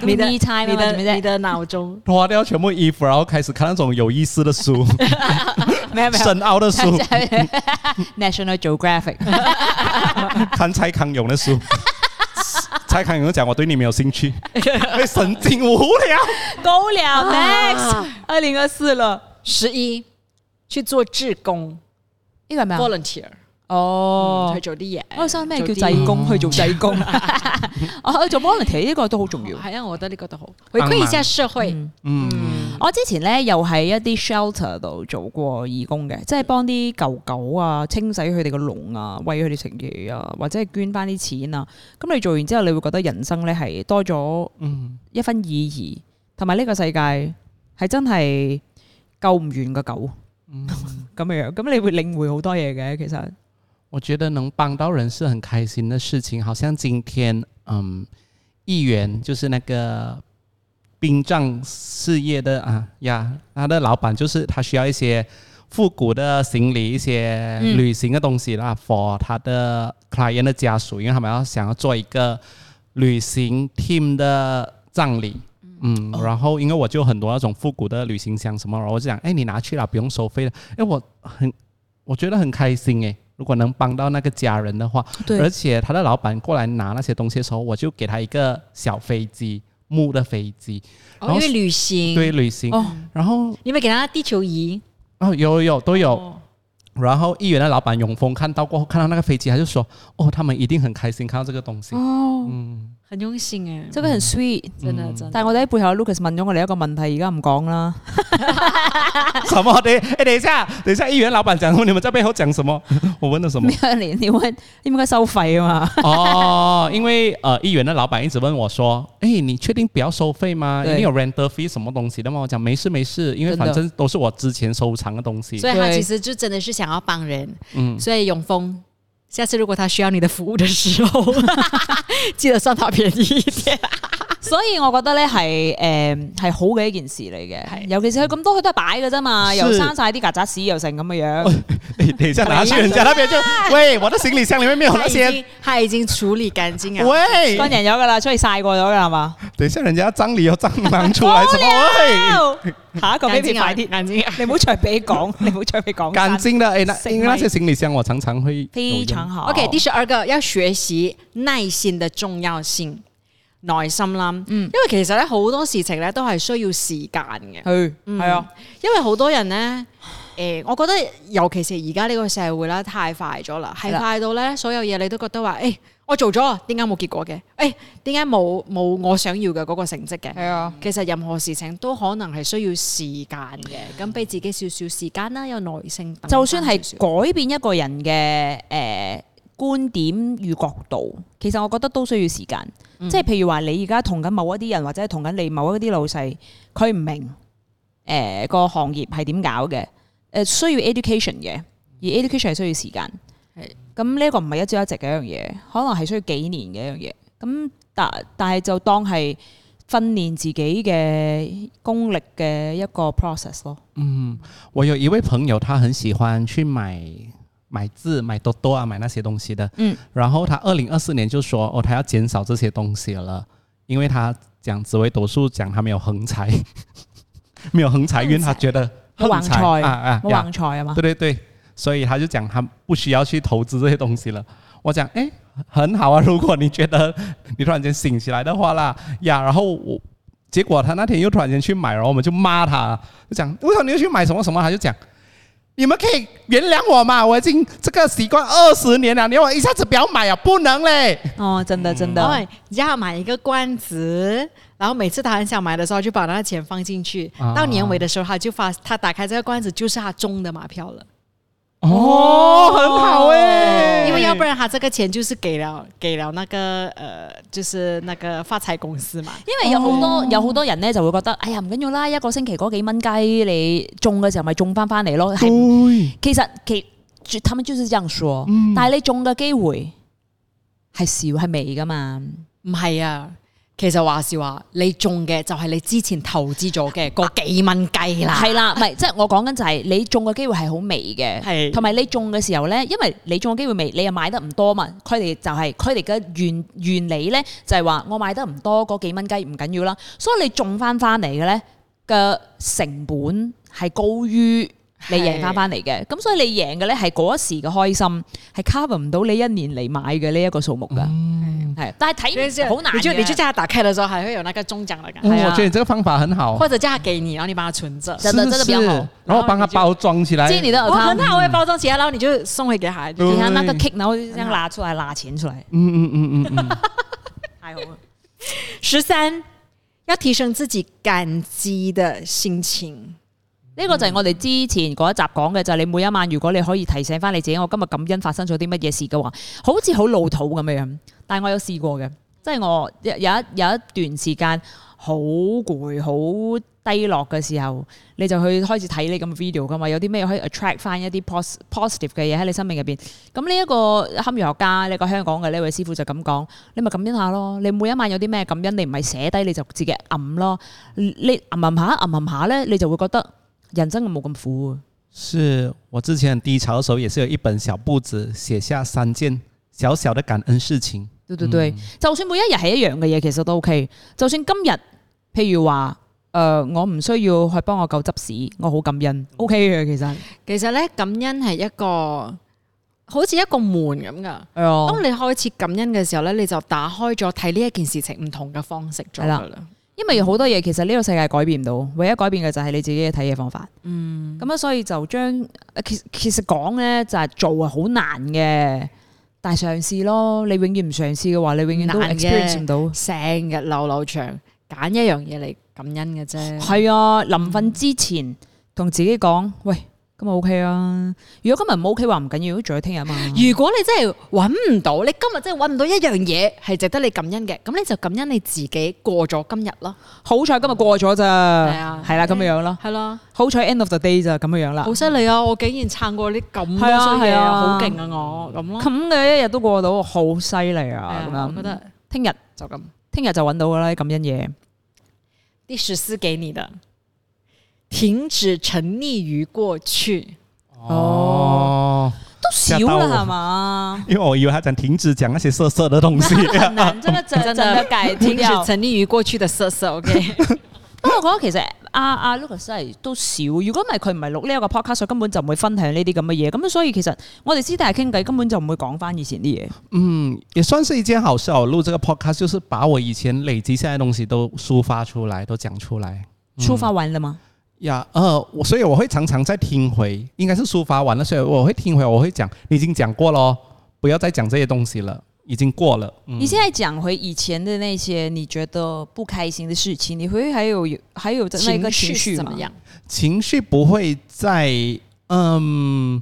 Speaker 2: 咁
Speaker 1: 你的
Speaker 2: me
Speaker 1: 好
Speaker 2: time
Speaker 1: 似突然之間你
Speaker 2: 啊嘛，做咩
Speaker 1: 的你
Speaker 2: 啫？
Speaker 1: 的鬧 鐘
Speaker 3: 脱掉全部衣服，然后开始看那种有意思的书，
Speaker 2: 咩咩
Speaker 3: 深奥的书，
Speaker 2: ？National Geographic
Speaker 3: 看蔡康永的书。蔡康永讲我对你没有兴趣，会神经无聊。
Speaker 2: 高粱 Max
Speaker 1: 啊
Speaker 2: 二零二四了，
Speaker 1: 十一去做志工
Speaker 2: 呢個係咩啊？
Speaker 1: volunteer 嗯
Speaker 2: 哦
Speaker 1: 去，做啲嘢。
Speaker 2: 我想咩叫
Speaker 1: 做啲哦
Speaker 2: 濟公？去做 濟公，我做 volunteer 呢個都好重要。
Speaker 1: 係啊，我覺得呢個都好，回饋一下社會。
Speaker 3: 嗯，
Speaker 2: 我之前咧又喺一啲 shelter 度做過義工嘅，即係幫啲狗狗啊清洗佢哋個籠啊，喂佢哋食嘢啊，或者係捐翻啲錢啊。咁你做完之後，你會覺得人生咧係多咗
Speaker 3: 嗯
Speaker 2: 一分意義，同埋呢個世界係真係救唔完個狗
Speaker 3: 嗯
Speaker 2: 咁樣樣。咁你會領會好多嘢嘅，其實
Speaker 3: 我觉得能帮到人是很开心的事情。好像今天，嗯，议员就是那个殡葬事业的啊呀，他的老板就是他需要一些复古的行李、一些旅行的东西啦、f o r 他的 client 的家属，因为他们要想要做一个旅行 team 的葬礼。嗯，然后因为我就有很多那种复古的旅行箱什么，然后我就想，哎，你拿去了，不用收费了。哎，我很，我觉得很开心哎，如果能帮到那个家人的话，而且他的老板过来拿那些东西的时候，我就给他一个小飞机，木的飞机，
Speaker 1: 哦
Speaker 3: 然后
Speaker 1: 因为旅行，
Speaker 3: 对旅行，
Speaker 2: 哦
Speaker 3: 然后
Speaker 1: 你咪给他地球仪，
Speaker 3: 哦有有都有。
Speaker 1: 哦
Speaker 3: 然后议员的老板永峰看到过后，看到那个飞机，他就说：“哦，他们一定很开心看到这个东西。嗯，
Speaker 1: 很用心啊诶，
Speaker 2: 即係哦佢很 sweet。
Speaker 1: 真的真的。
Speaker 2: 但係我哋喺背後 Lucas 問咗我哋一個問題，而家唔講啦。
Speaker 3: 什么？等哎，等一下，等一下，议员老板讲，你们在背后讲什么？ 我问了什么
Speaker 2: 咩？啊？你你問應該收費啊嘛？
Speaker 3: 哦，因为呃，议员的老板一直问我说：“哎，你确定不要收费吗？一
Speaker 2: 对
Speaker 3: 定有 renter fee 什么东西的吗？”我讲没事没事，因为
Speaker 2: 真的
Speaker 3: 反正都是我之前收藏的东西。
Speaker 1: 所以他
Speaker 2: 对
Speaker 1: 其实就真的是想要帮人。
Speaker 3: 嗯
Speaker 1: 所以永丰，下次如果他需要你的服务的时候， 记得算他便宜一点。
Speaker 2: 所以我覺得咧係誒係好嘅一件事嚟嘅，
Speaker 1: 係
Speaker 2: 尤其是佢咁多佢都係擺嘅啫嘛，
Speaker 3: 是
Speaker 2: 又生晒啲曱甴屎又成咁嘅樣，
Speaker 3: 你 等一下拿去人家那边就，喂，我的行李箱里面没有那
Speaker 1: 他已
Speaker 3: 些，
Speaker 1: 经他已经处理干净啊了。
Speaker 3: 喂，
Speaker 2: 乾人咗噶啦，出去晒過咗噶啦係嘛？
Speaker 3: 等一下人家葬礼有蟑螂出来什么？喂，
Speaker 2: 下一個
Speaker 1: 干
Speaker 2: baby
Speaker 1: 净
Speaker 2: 快
Speaker 1: 啊，
Speaker 2: 啲，
Speaker 1: 干净啊。
Speaker 2: 你唔好再俾講，你唔好再俾講。
Speaker 3: 干净的哎，那
Speaker 2: 行李
Speaker 3: 因为那些行李箱我常常会有
Speaker 2: 非
Speaker 3: 用
Speaker 2: 常好。
Speaker 1: OK，第十二個要學習耐心的重要性，耐心啦。因為其實咧好多事情咧都係需要時間嘅，
Speaker 2: 去係啊，
Speaker 1: 因為好多人 咧。誒、我覺得尤其是而家呢個社會啦，太快咗啦，係
Speaker 2: 係啦
Speaker 1: 快到咧，所有嘢你都覺得話，誒、我做咗，點解冇結果嘅？誒、點解冇冇我想要嘅嗰個成績嘅？
Speaker 2: 係啊，
Speaker 1: 其實任何事情都可能係需要時間嘅，咁俾自己少少時間啦，有耐性等
Speaker 2: 就算
Speaker 1: 返少少
Speaker 2: 係改變一個人嘅誒觀點與角度，其實我覺得都需要時間。
Speaker 1: 嗯
Speaker 2: 即係譬如話，你而家同緊某一啲人，或者係同緊你某一啲老細，佢唔明誒個行業係點搞嘅，誒、呃需要 education 嘅，而 education 係需要時間。
Speaker 1: 係
Speaker 2: 咁呢一個唔係一朝一夕嘅一樣嘢，可能係需要幾年嘅一樣嘢。咁但但係就當係訓練自己嘅功力嘅一個 process 咯。
Speaker 3: 我有一位朋友，他很喜欢去买买字、买多多啊、买那些东西的。
Speaker 2: 嗯，
Speaker 3: 然后他二零二四年就说，哦，他要减少这些东西了，因为他讲紫微斗数讲他没有横财， 没有横财运，他觉得横
Speaker 2: 横
Speaker 3: 财
Speaker 2: 财
Speaker 3: 啊啊，
Speaker 2: 冇
Speaker 3: 呀
Speaker 2: 橫財啊嘛
Speaker 3: 对。对对，所以他就讲他不需要去投资这些东西了。我讲，哎，很好啊，如果你觉得 你突然间醒起来的话啦，呀，然后我。结果他那天又突然间去买，然后我们就骂他，就讲为什么你又去买什么什么？他就讲，你们可以原谅我嘛，我已经这个习惯二十年了，你要我一下子不要买啊，不能嘞。
Speaker 2: 哦，真的真的，
Speaker 1: 因为你要买一个罐子，然后每次他很想买的时候，就把那钱放进去。
Speaker 3: 啊
Speaker 1: 到年尾的时候，他就发他打开这个罐子，就是他中的马票了。
Speaker 3: 哦，很好哎、
Speaker 1: 因为要不然他这个钱就是给了给了那个呃，就是那个发财公司嘛。
Speaker 2: 因為有好多、有好多人咧就會覺得，哎呀唔緊要啦，一個星期嗰幾蚊雞你中嘅時候咪中翻翻嚟咯。係
Speaker 3: 对，
Speaker 2: 其實其就他們就是這樣說，但係你中嘅機會係少係微噶嘛。
Speaker 1: 唔係啊，其實話是話，你中嘅就係你之前投資咗嘅嗰幾蚊雞啦。
Speaker 2: 係啦，唔係即係我講緊就係你中嘅機會係好微嘅，
Speaker 1: 係
Speaker 2: 同埋你中嘅時候咧，因為你中嘅機會微，你又買得唔多嘛。佢哋就係佢哋嘅原原理咧，就係話我買得唔多嗰幾蚊雞唔緊要啦，所以你中翻翻嚟嘅咧嘅成本係高於。你贏翻翻嚟嘅，咁所以你贏嘅咧係嗰一時嘅開心，係 cover 唔到你一年嚟買嘅呢一個數目噶，係、但係睇唔好難
Speaker 1: 嗯你就
Speaker 2: 嘅
Speaker 1: 你就叫他打開的時候，還會有那個中獎的感覺，
Speaker 3: 嗯
Speaker 2: 哎呀
Speaker 3: 我觉得你这个方法很好，
Speaker 1: 或者叫他給你，然後你幫他存着。
Speaker 2: 真的
Speaker 3: 是
Speaker 2: 真的比较好哦
Speaker 3: 是然后帮它包装起来，
Speaker 2: 即係你都有
Speaker 1: 我
Speaker 2: 貪
Speaker 1: 很 好，我也包裝起來，然後你就送回給他。
Speaker 3: 嗯
Speaker 2: 你看那個 kick，然後就這樣拿出來，拿錢出來，
Speaker 3: 嗯嗯嗯嗯嗯，
Speaker 2: 太好啦。
Speaker 1: 十三，要提升自己感激的心情。
Speaker 2: 呢個就係我哋之前嗰一集講嘅，就係、你每一晚如果你可以提醒翻你自己，我今日感恩發生咗啲乜嘢事嘅話，好似好老土咁樣樣，但係我有試過嘅，即係我有有一有一段時間好攰、好低落嘅時候，你就去開始睇你咁嘅 video 噶嘛，有啲咩可以 attract 翻一啲 pos positive 嘅嘢喺你生命入邊。咁呢一個堪輿學家，呢個香港嘅呢位師傅就咁講，你咪感恩下咯。你每一晚有啲咩感恩，你唔係寫低你就自己揞咯，你揞揞下揞揞下咧，你就會覺得。人真係冇咁苦啊！
Speaker 3: 是我之前很低潮的时候，也是有一本小簿子，写下三件小小的感恩事情。
Speaker 2: 對對對，就算每一日係一樣嘅嘢，其實都 OK。就算今日，譬如話，誒、我唔需要去幫我狗執屎，我好感恩，OK 嘅其實。
Speaker 1: 其實咧，感恩係一個好似一個門咁噶。
Speaker 2: 係啊
Speaker 1: 當你開始感恩嘅時候咧，你就打開咗睇呢一件事情唔同嘅方式咗
Speaker 2: 係
Speaker 1: 㗎
Speaker 2: 啦
Speaker 1: 啦。
Speaker 2: 因為好多嘢其實呢個世界改變唔到，唯一改變嘅就係你自己嘅睇嘢方法。嗯，咁啊，所以就將呃其其實講咧就係做係好難嘅，但係嘗試咯。你永遠唔嘗試嘅話，你永遠都
Speaker 1: 難嘅
Speaker 2: experience 唔到。
Speaker 1: 成日流流長，揀一樣嘢嚟感恩嘅啫。嗯
Speaker 2: 係啊，臨瞓之前同自己講，喂，今日 OK 啊。如果今日唔 OK 話唔緊要，仲有聽日嘛。
Speaker 1: 如果你真係揾唔到，你今日真係揾唔到一樣嘢係值得你感恩嘅，咁你就感恩你自己過咗今日咯。
Speaker 2: 好彩今日過咗咋，係
Speaker 1: 啊
Speaker 2: 係啦咁樣樣咯。
Speaker 1: 係啦，
Speaker 2: 好彩 end of the day 咋咁樣樣啦。
Speaker 1: 好犀利啊！我竟然撐過啲咁多
Speaker 2: 係啊
Speaker 1: 衰嘢
Speaker 2: 係
Speaker 1: 啊，
Speaker 2: 啊
Speaker 1: 好勁啊我咁咯。
Speaker 2: 咁嘅一日都過到，好犀利
Speaker 1: 係
Speaker 2: 啊！咁
Speaker 1: 啊，我覺
Speaker 2: 樣，
Speaker 1: 得
Speaker 2: 聽日
Speaker 1: 就咁。
Speaker 2: 聽日就揾到噶啦，感恩嘢。
Speaker 1: 第十四給你的，停止沉溺於過去。
Speaker 3: 哦，
Speaker 2: 都少
Speaker 3: 嚇到我
Speaker 2: 啦係嘛？
Speaker 3: 因为我以为他讲停止讲那些色色的 东西。
Speaker 2: 很難真係真真係改
Speaker 1: 停止
Speaker 2: 掉。
Speaker 1: 沉溺於過去的色色，OK？
Speaker 2: 不過我覺得其實阿阿 Lucas 真係都少，如果唔係佢唔係錄呢一個 podcast，佢根本就唔會分享呢啲咁嘅嘢。咁所以其實我哋私底下傾偈根本就唔會講翻以前啲嘢。
Speaker 3: 嗯，也算是一件好事哦。我录这个 podcast 就是把我以前累积下来的东西都抒发出来，都讲出来。
Speaker 2: 出發完啦嘛，
Speaker 3: 呀，呃，我所以我会常常再听回，应该是抒发完了，所以我会听回，我会讲，你已经讲过咯，不要再讲这些东西了，已经过了。嗯
Speaker 2: 你现在講回以前的那些你覺得不開心的事情，你會還有還有那個情
Speaker 1: 緒
Speaker 2: 緒
Speaker 1: 怎
Speaker 2: 嘛
Speaker 1: 麼？樣？
Speaker 3: 情绪不会再，嗯，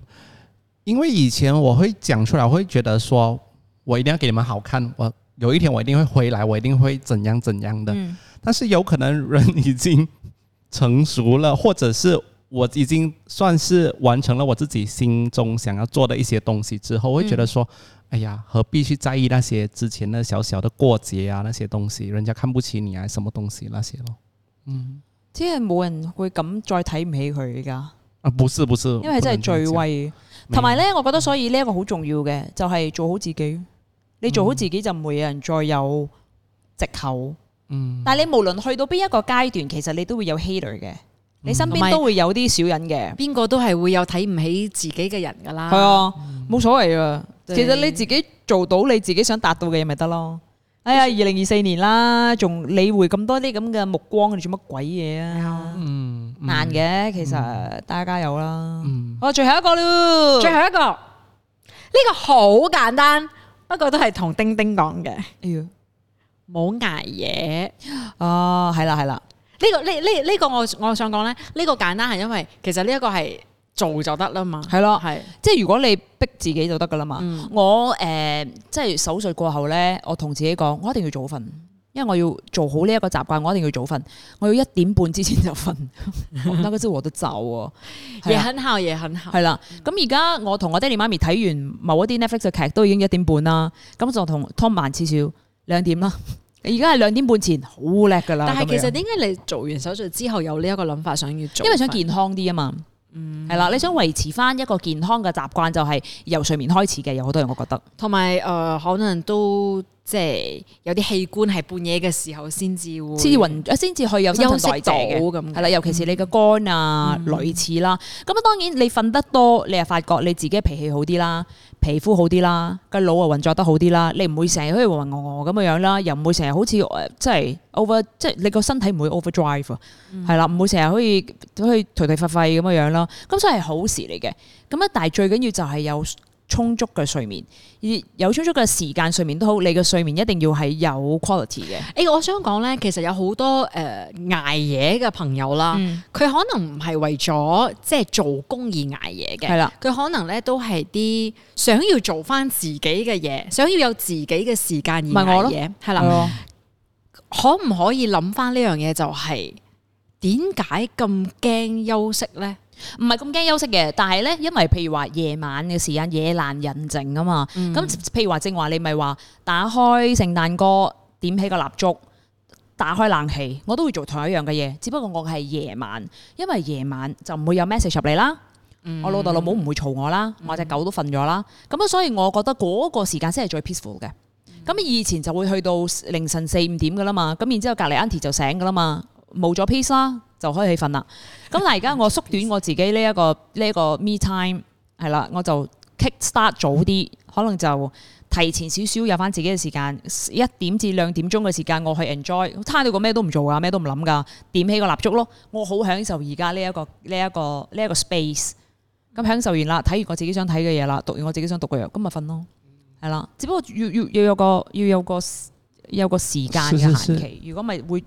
Speaker 3: 因为以前我会讲出来，我会觉得说我一定要给你们好看，我有一天我一定会回来，我一定会怎样怎样的。
Speaker 2: 嗯
Speaker 3: 但是有可能人已经成熟了，或者是我已经算是完成了我自己心中想要做的一些东西之后，我会觉得说，哎呀，何必去在意那些之前的小小的过节啊，那些东西，人家看不起你啊，什么东西那些咯。
Speaker 2: 即係冇人會咁再睇唔起佢㗎，
Speaker 3: 啊，不是不是，
Speaker 2: 因為真係
Speaker 3: 不能
Speaker 2: 最
Speaker 3: 这样
Speaker 2: 威。
Speaker 3: 讲
Speaker 2: 同埋，咧，我覺得所以呢一個好重要嘅就係做好自己。你做好自己就唔會有人再有藉口。
Speaker 3: 嗯
Speaker 2: 但係你無論去到邊一個階段，其實你都會有 hater 嘅，你身
Speaker 1: 同埋
Speaker 2: 邊都會有啲小人嘅。
Speaker 1: 邊個都係會有睇唔起自己嘅人㗎啦。
Speaker 2: 係啊，冇所謂啊。
Speaker 1: 對
Speaker 2: 其實你自己做到你自己想達到嘅嘢咪得咯。哎呀，二零二四年啦，仲理會咁多啲咁嘅目光，你做乜鬼嘢啊？
Speaker 3: 嗯嗯
Speaker 2: 難嘅，其實大家加油啦。好，最後一個咯。
Speaker 1: 最後一個呢、個好簡單，不過都係同丁丁講嘅，
Speaker 2: 哎呀
Speaker 1: 冇捱夜。
Speaker 2: 啊，係啦係啦，
Speaker 1: 呢、個呢呢呢個我我想講咧，呢、個簡單係因為其實呢一個係做就得啦嘛。
Speaker 2: 係咯，
Speaker 1: 係
Speaker 2: 即係如果你逼自己就得噶啦嘛。
Speaker 1: 嗯
Speaker 2: 我誒、呃即係手術過後咧，我同自己講，我一定要早瞓，因為我要做好呢一個習慣，我一定要早瞓，我要一點半之前就瞓。 我那個之我都走喎，係
Speaker 1: 也
Speaker 2: 啊
Speaker 1: 很好，也很好。
Speaker 2: 係啦。咁而家我同我爹哋媽咪睇完某一啲 Netflix 嘅劇都已經一點半啦，咁就同 Tom 慢至少兩點啦。而家係兩點半前，好叻噶啦。
Speaker 1: 但係
Speaker 2: 咁
Speaker 1: 其實
Speaker 2: 樣
Speaker 1: 點解你做完手術之後有呢一個諗法想要做？
Speaker 2: 因為想健康啲啊嘛。
Speaker 1: 嗯
Speaker 2: 係啦，你想維持翻一個健康嘅習慣，就係由睡眠開始嘅。有好多人我覺得，
Speaker 1: 同埋誒，可能都即係有啲器官係半夜嘅時候先至會
Speaker 2: 先至暈，先至去有新
Speaker 1: 休
Speaker 2: 陳代
Speaker 1: 息到嗯
Speaker 2: 謝嘅。
Speaker 1: 咁
Speaker 2: 係啦，尤其是你嘅肝啊，類似啦。咁啊，當然你瞓得多，你又發覺你自己脾氣好啲啦，皮膚好啲啦，個腦啊運作得好啲啦，你唔會成日好似渾渾噩噩咁樣樣啦，又唔會成日好似呃即係 over，即係你個身體唔會 overdrive 啊，
Speaker 1: 嗯
Speaker 2: 係啦，唔會成日可以可以頹頹廢廢咁樣樣啦。咁所以係好事嚟嘅。咁啊，但係最緊要就係有充足嘅睡眠，而有充足嘅時間睡眠都好，你嘅睡眠一定要係有 quality 嘅。
Speaker 1: 誒、我想講咧，其實有好多誒、呃、捱夜嘅朋友啦，
Speaker 2: 嗯
Speaker 1: 佢、可能唔係為咗即係做工而捱夜
Speaker 2: 係
Speaker 1: 嘅，
Speaker 2: 啦，
Speaker 1: 佢可能咧都係啲想要做翻自己嘅嘢，想要有自己嘅時間而
Speaker 2: 咪我咯
Speaker 1: 捱夜，係
Speaker 2: 係
Speaker 1: 啦。
Speaker 2: 啦，
Speaker 1: 可唔可以諗翻呢樣嘢就係點解咁驚休息咧？
Speaker 2: 唔係咁驚休息嘅，但係咧，因為譬如話夜晚嘅時間夜難人靜啊嘛，咁、譬如話正話你咪話打開聖誕歌，點起個蠟燭。打開冷氣，我都會做同一樣嘅嘢，只不過我係夜晚，因為夜晚就唔會有 message 入嚟啦。我老豆老母唔會嘈我啦，我只狗都瞓咗啦。咁啊，所以我覺得嗰個時間先係最 peaceful 嘅。咁以前就會去到凌晨四五點噶啦嘛，咁然之後隔離 a u n t i 就醒噶啦嘛，冇咗 peace 啦，就可以去瞓啦。咁但係而家我縮短我自己呢、一個呢一、個 me time 係啦，我就 kick start 早啲，可能就提前少少有翻自己嘅時間，一點至兩點鐘嘅時間我去 enjoy，差到個咩都唔做噶，咩都唔諗噶，點起個蠟燭咯，我好享受而家呢一個呢一、個呢一、個 space。咁享受完啦，睇完我自己想睇嘅嘢啦，讀完我自己想讀嘅嘢，咁咪瞓咯，係啦。只不過要要要有個要有個有個時間嘅
Speaker 3: 是
Speaker 2: 限
Speaker 3: 是是
Speaker 2: 期，如果咪會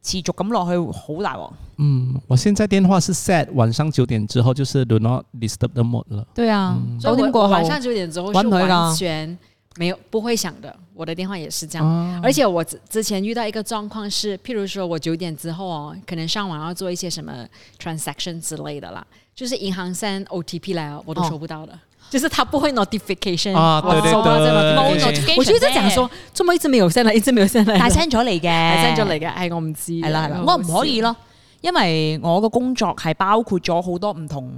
Speaker 2: 持續咁落去，好大鑊。
Speaker 3: 嗯，我现在电话是 set 晚上九点之后就是 do not disturb the mode 了。
Speaker 2: 對啊，
Speaker 1: 所
Speaker 2: 九
Speaker 1: 以我
Speaker 2: 點過
Speaker 1: 我
Speaker 2: 後
Speaker 1: 晚上九點之后
Speaker 2: 玩
Speaker 1: 是
Speaker 2: 回啦
Speaker 1: 完全没有不会想的，我的电话也是这样。
Speaker 3: 啊
Speaker 1: 而且我之之前遇到一个状况是，譬如说我九点之后哦，可能上网要做一些什么 transaction 之类的啦，就是银行 send OTP 来哦，我都
Speaker 2: 哦
Speaker 1: 收不到的，就是他不会 notification
Speaker 3: 啊
Speaker 1: 嗯我
Speaker 3: 对对
Speaker 1: 收不到这个
Speaker 3: 对
Speaker 1: notification
Speaker 3: 对
Speaker 2: 对
Speaker 1: 哦我就在讲说，怎么一直没有 send 来， 一直没有 send 来，
Speaker 2: 但係 send 咗嚟嘅，
Speaker 1: 係 send 咗嚟嘅，哎係我唔知，
Speaker 2: 係啦係啦，我唔可以咯，因為我個工作係包括咗好多唔同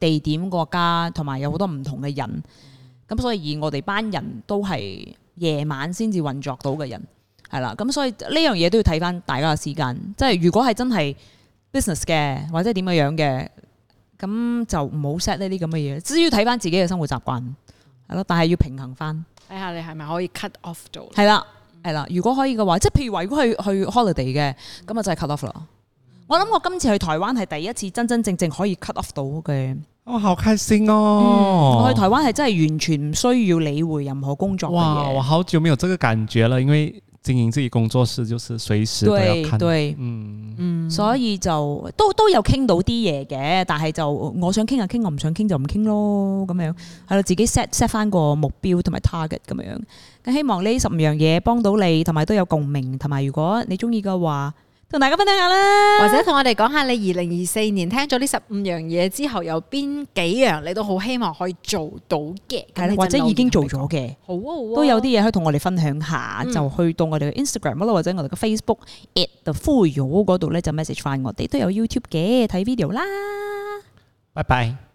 Speaker 2: 地點、國家，同埋有好多唔同嘅人，咁所以而我哋班人都係夜晚先至運作到嘅人，係啦，咁所以呢樣嘢都要睇翻大家嘅時間，即係如果係真係 business 嘅或者係點樣樣嘅，咁就唔好 set 呢啲咁嘅嘢，只要睇翻自己嘅生活習慣，係咯，但係要平衡翻。
Speaker 1: 睇哎下你係咪可以 cut off 到。
Speaker 2: 係啦，係啦。如果可以嘅話，即係譬如話，如果去去 holiday 嘅，咁啊就係 cut off 啦。我諗我今次去台灣係第一次真真正正可以 cut off 到嘅。
Speaker 3: 我、好开心哦！
Speaker 2: 我去台灣係真係完全唔需要理會任何工作嘅
Speaker 3: 哇，我
Speaker 2: 嘢。
Speaker 3: 好久没有这个感觉了，因為经營自己工作室就是隨時都要
Speaker 2: 對
Speaker 3: 看。
Speaker 2: 對，
Speaker 3: 嗯，
Speaker 2: 所以就都都有傾到啲嘢嘅，但係就我想傾就傾，我唔想傾就唔傾咯，咁樣係啦，自己 set set 翻個目標同埋 target 咁樣。咁希望呢十五樣嘢幫到你，同埋都有共鳴，同埋如果你中意嘅話，同大家分享下啦。
Speaker 1: 或者同我哋講下你二零二四年聽咗呢十五樣嘢之後，有邊幾樣你都好希望可以做到嘅，
Speaker 2: 係
Speaker 1: 咁
Speaker 2: 啦
Speaker 1: 你，
Speaker 2: 或
Speaker 1: 就
Speaker 2: 者
Speaker 1: 留
Speaker 2: 已經
Speaker 1: 言
Speaker 2: 做
Speaker 1: 俾
Speaker 2: 咗嘅，
Speaker 1: 我，好啊好啊
Speaker 2: 都有啲嘢可以同我哋分享下，
Speaker 1: 嗯
Speaker 2: 就去到我哋嘅 Instagram 嗰度，或者我哋嘅 Facebook at the Fuyoh 嗰度咧，就 message 翻我哋，都有 YouTube 嘅睇 video 啦。
Speaker 3: 拜拜。